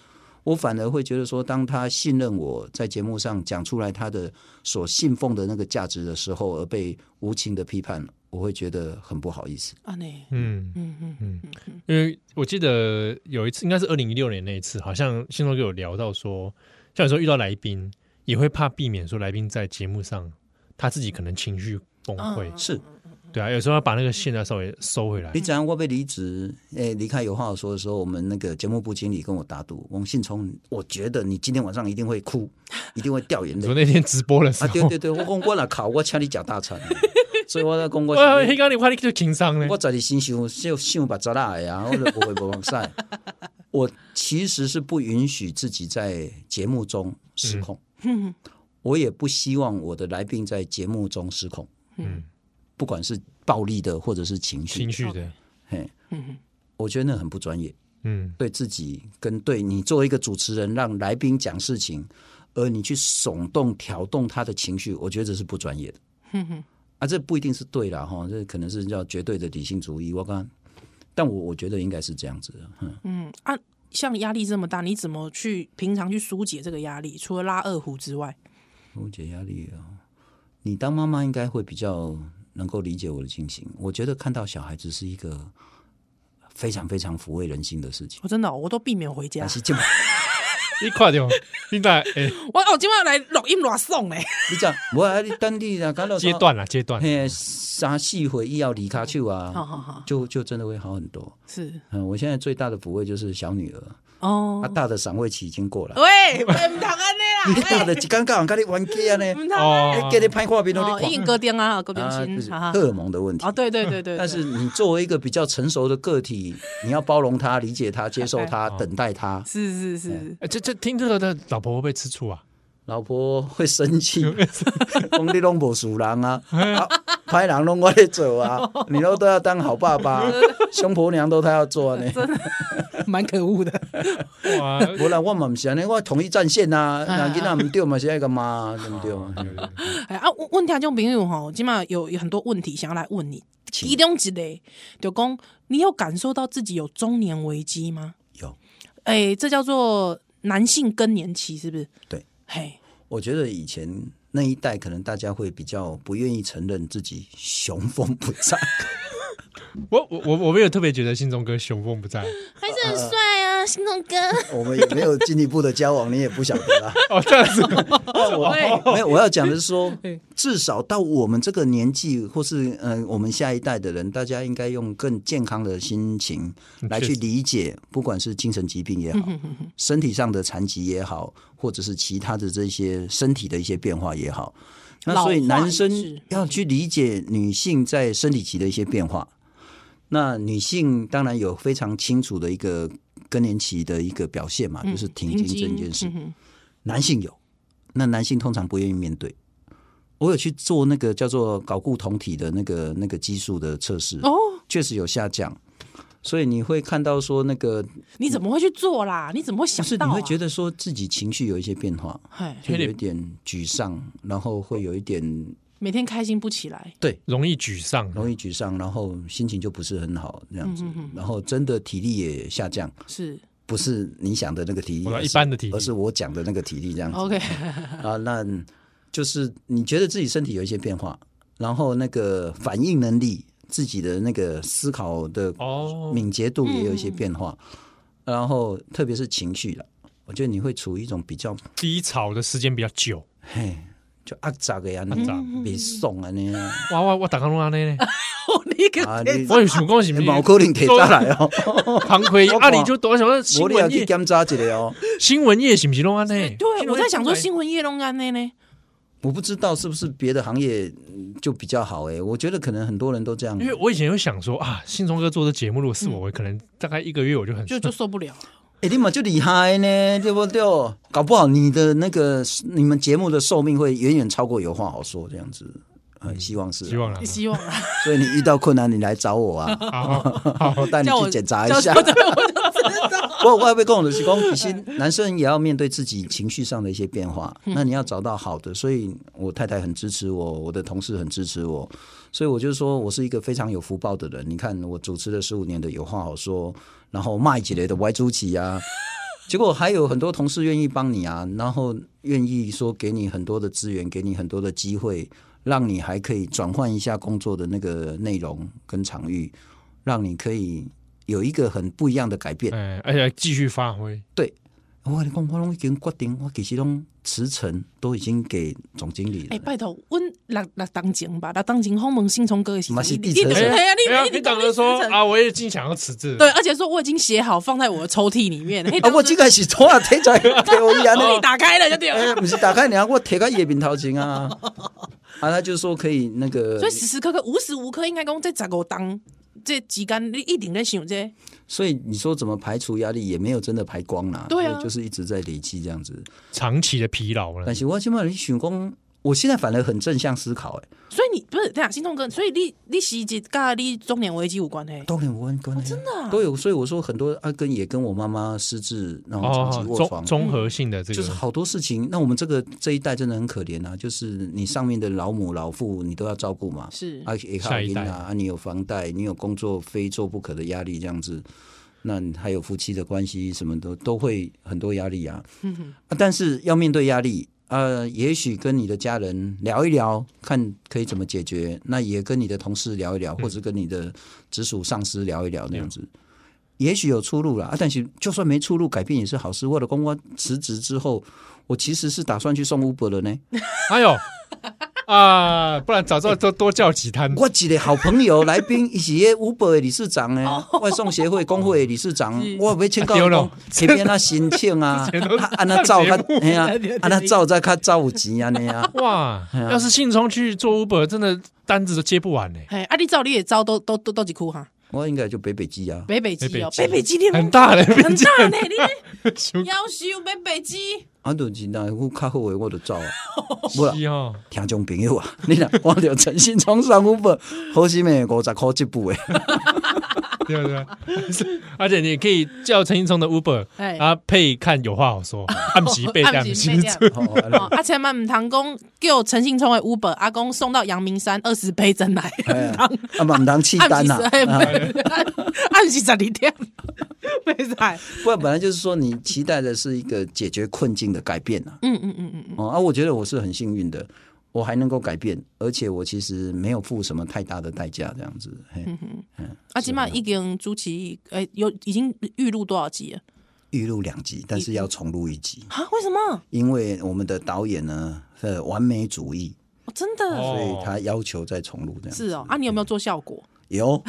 D: 我反而会觉得说，当他信任我在节目上讲出来他的所信奉的那个价值的时候，而被无情的批判，我会觉得很不好意思。
C: 啊呢，
B: 嗯，
C: 嗯嗯嗯
B: 因为我记得有一次，应该是二零一六年那一次，好像信中给我聊到说，像有时候遇到来宾，也会怕避免说来宾在节目上他自己可能情绪崩溃，
C: 嗯
D: 是
B: 对啊，有时候要把那个线要稍微收回来
D: 你。讲我被离职，诶、离开有话好说的时候，我们那个节目部经理跟我打赌，王信聪，我觉得你今天晚上一定会哭，一定会掉眼
B: 你
D: 泪
B: 说。那天直播的时
D: 啊，对
B: 候，
D: 对对，我讲我若哭，我请你食大餐。所以我在讲我
B: 哇，黑
D: 是，
B: 哎刚你快你就情商呢
D: 我，在你心想想想把杂啦呀，我就不会不往晒。我其实是不允许自己在节目中失控，
C: 嗯
D: 我也不希望我的来宾在节目中失控，
B: 嗯，
D: 不管是暴力的或者是情绪
B: 情，绪
D: 哦
B: 的，
D: 嘿，
C: 嗯
D: 我觉得那很不专业。
B: 嗯
D: 对自己跟对你作为一个主持人，让来宾讲事情，而你去耸动、挑动他的情绪，我觉得这是不专业的。
C: 嗯嗯
D: 啊，这不一定是对啦，哈，这可能是叫绝对的理性主义。我刚，但我我觉得应该是这样子的。嗯，
C: 嗯啊，像压力这么大，你怎么去平常去疏解这个压力？除了拉二胡之外，
D: 疏解压力啊，你当妈妈应该会比较能够理解我的心情。我觉得看到小孩子是一个非常非常抚慰人心的事情。
C: 我真的哦、我都避免回家
D: 但。是这么，
B: 你快点，哦你在 哎
C: 我哦，今晚来录音录送欸嘞，
D: 你讲，我啊，你等你啊，看到
B: 阶，段啦，阶 段，
D: 嘿，三四回伊要离开去啊，
C: 好好好，
D: 就就真的会好很多。
C: 是
D: 嗯，我现在最大的抚慰就是小女儿，
C: 哦
D: 她、。大的赏味期已经过了。
C: 喂，唔通安尼
D: 你
C: 啦，
D: 大的一尴尬，跟你玩家呢，
C: 唔通
B: 哦
D: 哎给你拍画面哦，
C: 哦，已
D: 你
C: 经割掉啊，割
D: 看
C: 掉
D: 啊，就
C: 心
D: 是，
C: 哈哈
D: 荷。尔蒙的问题
C: 哦，。对对对对，
D: 但是你作为一个比较成熟的个体， 你要包容他、理解他、接 受他、
C: 哎
D: 等待他。
C: 是是是，
B: 哎，这这听这个的老婆会不会吃醋啊？
D: 老婆会 生气，讲你拢无事人啊，啊歹人拢我咧做 啊，
C: 哦
D: 你都都要当好爸爸， 凶婆娘都他要做啊呢。哎
C: 蛮可恶的。
B: 哇，
D: 无啦，我嘛毋是安尼，我统一战线 啊，哦那囡仔毋对嘛是爱个 嘛，对毋对？
C: 哎啊，问问听众朋友吼，今嘛有有很多问题想要来问你，
D: 请
C: 其中一个就讲，你有感受到自己有中年危机吗？
D: 有，
C: 哎，这叫做男性更年期，是不是？
D: 对，
C: 嘿，
D: 我觉得以前那一代可能大家会比较不愿意承认自己雄风不在，
B: 我我我我没有特别觉得信中哥雄风不在，
C: 还是很帅啊，心动 哥。
D: 我们也没有进一步的交往，你也不晓得啦。
B: 哦，这样子，
D: 我没有，我要讲的是说
C: 哦 对，
D: 至少到我们这个年纪，或是嗯、呃我们下一代的人，大家应该用更健康的心情来去理解，不管是精神疾病 也好，身体上的残疾也好，或者是其他的这些身体的一些变化也好。那所以
C: 老化
D: 男
C: 也
D: 生
C: 是
D: 要去理解女性在生理期的一些变化。那女性当然有非常清楚的一个更年期的一个表现嘛， 就是停经这件事。
C: 嗯
D: 男性有，那男性通常不愿意面对。我有去做那个叫做睾固酮体的那个那个激素的测试，
C: 哼哦，
D: 确实有下降。所以你会看到说那个
C: 你怎么会去做啦？你怎么会
D: 就
C: 想
D: 是你
C: 到啊？
D: 会觉得说自己情绪有一些变化，
C: 嘿，
D: 就有一点沮丧，然后会有一点
C: 每天开心不起来，
B: 容易沮丧，
D: 容易沮丧，然后心情就不是很好
C: 嗯
D: 这样子，然后真的体力也下降，
C: 是
D: 不是你想的那个体力，
B: 我说
D: 而
B: 哦一
D: 是
B: 般的体力
D: 而是我讲的那个体力这样子。
C: OK，
D: 啊，那就是你觉得自己身体有一些变化，然后那个反应能力、自己的那个思考的
B: 哦，
D: 敏捷度也有一些变化，然后特别是情绪了，我觉得你会处于一种比较
B: 低潮的时间比较久。
D: 嘿。就阿杂的呀，
B: 阿杂
D: 你别送啊你啊，
B: 哇哇，我打刚弄安呢，
C: 你个
D: 啊你
B: 我有想讲是不是
D: 毛可能给他来哦，
B: 庞奎
D: 我
B: 啊，
D: 看
B: 你就多想说新
D: 我你要
B: 闻
D: 去
B: 业，
D: 检查一下哦。
B: 新闻业是不是弄安呢？
C: 哎对，我在想说
B: 新
C: 新闻夜弄安内呢，
D: 我不知道是不是别的行业嗯就比较好哎，我觉得可能很多人都这样
B: 闻业，因为我以前有想说啊，信聪哥做的节目，如果是我，我可能大概一个月我就很
C: 嗯就就受 不了了。
D: 哎、你们就厉害呢，对不对？搞不好你的那个你们节目的寿命会远远超过有话好说这样子。嗯，希望是啊。
B: 希望啦。
C: 希望啊，
D: 所以你遇到困难，你来找我啊，
B: 好，
D: 我带你
C: 叫我
D: 去检查
C: 叫
D: 一下。
C: 对，我就知 道。
D: 我我要被共的是讲，其实 男生也要面对自己情绪上的一些变化。
C: 嗯
D: 那你要找到好的，所以我太太很支持我，我的同事很支持我，所以我就说我是一个非常有福报的人。你看，我主持了十五年的有话好说，然后卖起来的歪猪起啊，结果还有很多同事愿意帮你啊，然后愿意说给你很多的资源，给你很多的机会，让你还可以转换一下工作的那个内容跟场域，让你可以有一个很不一样的改变。
B: 哎，而且继续发挥，
D: 我跟你讲，我拢已经决定，我其实拢辞呈都已经给总经理
C: 哎，
D: 了。
C: 拜托，阮六六当前吧，六当前访问新从哥的时候，
D: 嘛是
C: 你
D: 地
C: 你
D: 层
C: 哎呀，你
B: 哎呀
C: 你
B: 你等着说
C: 你
B: 啊，我也经想要辞职，
C: 对，而且说我已经写好放在我的抽屉里面。嘿
D: 啊，我这个是从啊提出来给我伊
C: 当
D: 安
C: 时
D: 尼
C: 你，打开了就对
D: 哎
C: 了。，
D: 不是打开你啊，我提到伊的面头前啊，啊，他就说可以那个
C: 所以，时时刻刻、无时无刻，应该讲这十五当这期间，你一定在想这
D: 所以你说怎么排除压力，也没有真的排光啦，
C: 对啊
D: 就是一直在累积这样子。
B: 长期的疲劳了
D: 但。是我现在想讲，我现在反而很正向思考，哎，
C: 所以你不是这样，心痛哥，所以你你是一跟你中年危机有关系。
D: 当然无关系，真
C: 的啊
D: 都有。所以我说很多啊，跟也跟我妈妈失智，然后长
C: 哦
D: 期卧
B: 综
D: 床，
B: 哦综合性的这
D: 就是
B: 个，
D: 好多事情。那我们这个这一代真的很可怜啊，就是你上面的老母老父你都要照顾嘛，
C: 是
D: 啊，也靠
B: 下一
D: 你
B: 代
D: 啊，啊，你有房贷，你有工作非做不可的压力这样子，那你还有夫妻的关系什么的都会很多压力啊。啊但是要面对压力。呃，也许跟你的家人聊一聊，看可以怎么解决。那也跟你的同事聊一聊，
B: 嗯
D: 或者跟你的直属上司聊一聊，那样子。也许有出路啦，啊，但是就算没出路，改变也是好事。为了公关辞职之后，我其实是打算去送 Uber 了呢。
B: 哎呦啊，不然早知道多多叫几摊，
D: 我一个好朋友来宾，伊是迄 Uber 的理事长呢，外送协会工会的理事长，我要请教
B: 啊对咯
D: 讲，这边啊申 请啊，啊安那
B: 上
D: 照较
B: 节目。
D: 嘿啊，安那照才较照有钱安尼啊
B: 哇！
C: 哎
B: 要是信聪去做 Uber，真的单子都接不完 呢。
C: 嘿，啊，你照你也招都都都都几哭哈？
D: 我应该就北北基啊，
C: 北北基哦，
B: 北北
C: 北北基你
B: 很大嘞，
C: 很大呢，
B: 手
C: 你要修北北基，
D: 啊，就是那有较好的我就走啊。无啦，
B: 机哦，
D: 听众朋友啊，你若我着诚心从上 Uber，好心诶五十箍一部 诶，
B: 对不对？ 而且你可以叫陈一聪的 Uber，
C: 哎
B: 啊，配看有话好说，暗喜背
C: 暗
B: 暗
C: 时
B: 喜
C: 背这
D: 哦安尼
C: 哦，啊，千万唔通讲叫陈信聪的 Uber 阿公送到阳明山二十杯真奶，
D: 哎呀啊嘛毋通契
C: 暗
D: 丹
C: 时
D: 啊
C: 十。二杯， 暗时十二点， 没晒。
D: 不然本来就是说，你期待的是一个解决困境的改变啊。
C: 嗯嗯嗯嗯嗯，
D: 哦，啊，我觉得我是很幸运的，我还能够改变，而且我其实没有付什么太大的代价，这样子。嘿，
C: 啊，起码已经主持诶，有已经预录多少集了？
D: 预录两集，但是要重录一集，
C: 啊，为什么？
D: 因为我们的导演呢，呃，完美主义，
C: 哦真的
B: 哦
D: 所以他要求再重录这样。
C: 是哦，啊，你有没有做效果？
D: 有，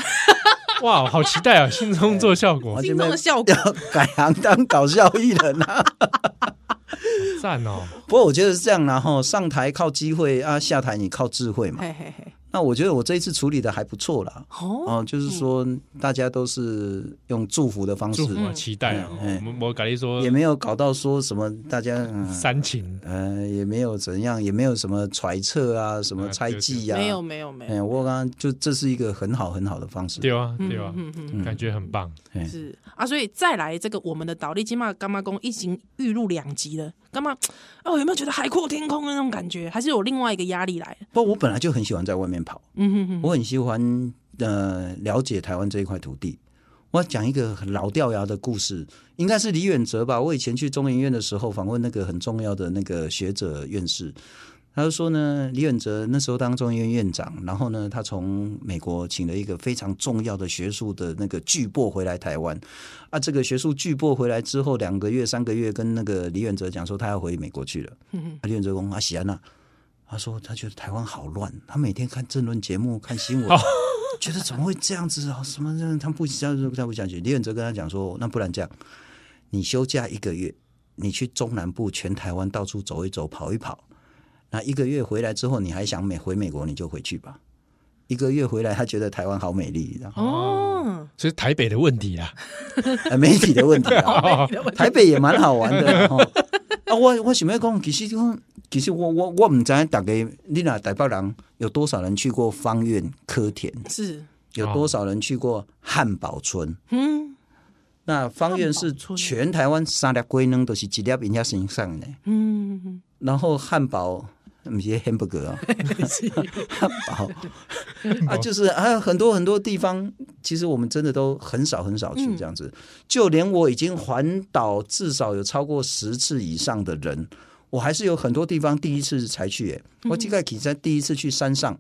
B: 哇，好期待啊！信聪做效果
D: 我，
C: 心中的效果
D: 要改行当搞笑艺人啊。
B: 赞哦！
D: 不过我觉得是这样啦，然后上台靠机会啊，下台你靠智慧嘛。
C: 嘿嘿嘿，
D: 那我觉得我这一次处理的还不错啦。
C: 哦，
D: 哦，就是说大家都是用祝福的方式
B: 祝，福啊，期待啊！
D: 嗯
B: 我我跟你说
D: 也，没有搞到说什么大家嗯
B: 煽情
D: 呃也没有怎样，也没有什么揣测啊，什么猜忌呀、啊，
C: 没有。没有没
D: 哎、
C: 有，
D: 我刚刚就这是一个很好很好的方式。
B: 对啊，对啊，
C: 嗯嗯
B: 感觉很棒。
D: 哎
C: 是啊，所以再来这个我们的倒立金马干妈公已经预录两集了，干嘛？啊，我有没有觉得海阔天空的那种感觉？还是有另外一个压力来了？
D: 不过我本来就很喜欢在外面跑，
C: 嗯哼哼，
D: 我很喜欢呃了解台湾这一块土地。我讲一个很老掉牙的故事，应该是李远哲吧。我以前去中研院的时候访问那个很重要的那个学者院士，他就说呢，李远哲那时候当中研院院长，然后呢，他从美国请了一个非常重要的学术的那个巨擘回来台湾。啊，这个学术巨擘回来之后，两个月、三个月，跟那个李远哲讲说他要回美国去了。
C: 嗯
D: 啊、李远哲讲啊，喜安娜，他说他觉得台湾好乱，他每天看政论节目、看新闻。觉得怎么会这样子啊？什么让他不相信，他不相信。李远哲跟他讲说，那不然这样，你休假一个月，你去中南部全台湾到处走一走，跑一跑。那一个月回来之后，你还想美回美国，你就回去吧。一个月回来，他觉得台湾好美丽，然后、
C: 哦，
B: 所以台北的问题啦，
D: 呃、媒体的问题啊，台北也蛮好玩的。哦啊，我我想要讲，其实我其实我我我毋知影逐个你若台北人有多少人去过方院科田，
C: 是，
D: 有
B: 哦
D: 多少人去过汉堡村？
C: 嗯
D: 那方院是
C: 汉堡村
D: 全台湾三粒鸡卵都是一粒因遐身上的，
C: 嗯，
D: 然后汉堡。不是 hamburger 哦，汉堡啊，就是还有很多很多地方，其实我们真的都很少很少
C: 嗯
D: 去这样子。就连我已经环岛至少有超过十次以上的人，我还是有很多地方第一次才去、耶。我大概可以在第一次去山上，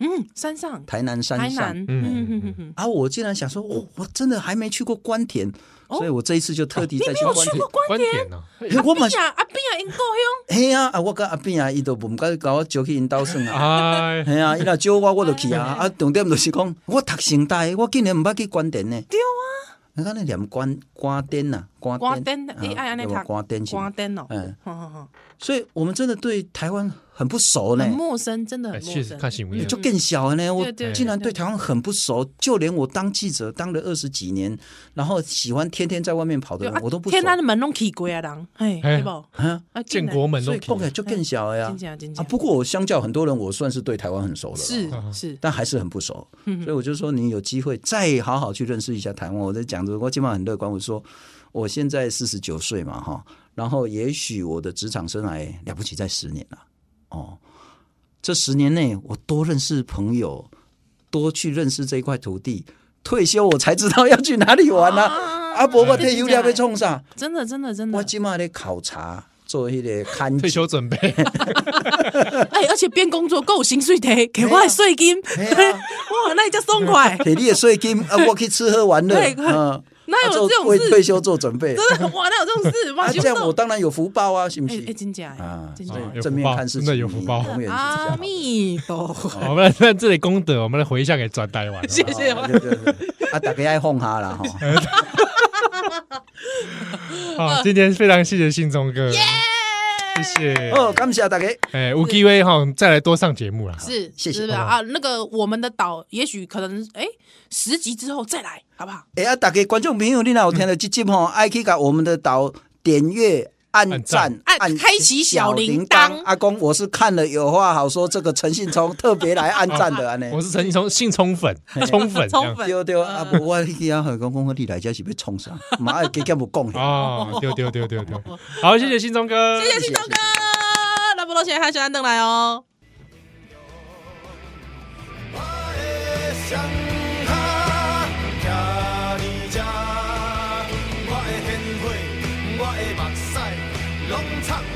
C: 嗯，山上，
D: 台南山
C: 台
D: 上
C: 南，嗯嗯嗯嗯，
D: 啊，我竟然想说，哦，我真的还没去过关田，
C: 哦
D: 所以我这一次就特地再去关
C: 去
D: 田
C: 过。关
B: 观
C: 田，
B: 点呢？
D: 嘿 我嘛
C: 边，啊，阿边啊，因故乡，
D: 嘿啊，啊，我跟阿斌啊，伊都唔敢甲我招去因兜耍啊。
B: 哎，
D: 嘿啊，伊若招我，我就
C: 哎
D: 去啊。啊，重点就是讲，我读成大的，我竟然毋捌去关田呢。
C: 对
D: 啊，你看你连关关田啊，关
C: 关
D: 田
C: 灯，哎哎，安尼
D: 对吧
C: 读，
D: 关田是吗
C: 关灯哦，
D: 嗯，
C: 好好好，
D: 所以我们真的对台湾很不熟呢
C: 很。陌生，真的
B: 哎
C: 很
B: 确
C: 陌
B: 实
C: 生，
B: 看新闻
D: 你，就更小了呢，我
C: 对对
D: 竟然
C: 对
D: 对台湾很不熟，就连我当记者当了二十几年，然后喜欢天天在外面跑的
C: 对
D: 人，
C: 啊
D: 我都不熟。
C: 天安门拢去过啊，人，嘿，
B: 哎
C: 对不？
D: 啊，
C: 啊，
B: 建国门
D: 所
B: 都
D: 以讲起来就更小了呀
C: 真。正真
D: 啊，
C: 正
D: 不过我相较很多人，我算是对台湾很熟了啦，
C: 是是，
D: 但还是很不熟。
C: 嗯
D: 所以我就说，你有机会再好好去认识一下台湾。我在讲着，我今晚很乐观，我说我现在四十九岁嘛，哈，然后也许我的职场生涯了不起在十年了，哦，这十年内我多认识朋友，多去认识这一块土地。退休我才知道要去哪里玩啊！啊，伯伯退休了要冲啥？
C: 真的真的真
D: 我
C: 的，
D: 今晚在考察做迄个看
B: 退休准备，
C: 哎，而且边工作够薪水提，给
D: 啊
C: 我的税金， 哇，那也叫爽快，
D: 给你的税金啊，我去吃喝玩乐，
C: 对
D: 嗯，啊
C: 哪有
D: 做
C: 这种
D: 为
C: 事
D: 退休做准备？
C: 真的哇，那有这种事哇，
D: 啊，
C: 就
D: 这样我当然有福报啊，是不
C: 哎哎，
D: 是？
C: 真假
D: 啊，
C: 真啊
D: 所
B: 啊
C: 假。
D: 以
B: 有
D: 正
B: 福
D: 面
B: 报
D: 看事情，
B: 真的有福报
D: 永远是这
C: 阿
D: 样。啊
C: 弥陀佛，
B: 好我们在这里功德，我们来回向给转台湾。
C: 谢
D: 哦
C: 谢。
D: 对对对啊，大家爱哄哈啦哈，
B: 哎好，哦今天非常谢谢信忠哥，谢谢。
D: 哦，感谢大家。
B: 哎，有机会哈，再来多上节目啦。
C: 是，
D: 谢谢
C: 是不是
B: 好不
C: 啊？那个我们的岛，也许可能哎，十集之后再来，好不好？
D: 哎啊，大家观众朋友，你若有听到这集吼，爱去给我们的岛点阅。按赞，
C: 按啊开启小铃铛
D: 阿公，啊我是看了有话好说，这个陈信聪特别来按 赞的安尼。
B: 哦我是陈信聪，信聪 粉，冲粉，这样
C: 充粉
D: 对对，啊，
C: 嗯
D: 无我迄个啊，讲讲我你来遮是要创啥？ 妈，加减无讲。
B: 哦，丢丢丢丢 丢。好，谢谢信忠哥，
C: 谢谢信东哥，那不多谢还喜欢邓来哦。
A: 我的双脚徛伫这，我的鲜血，我的目屎，拢藏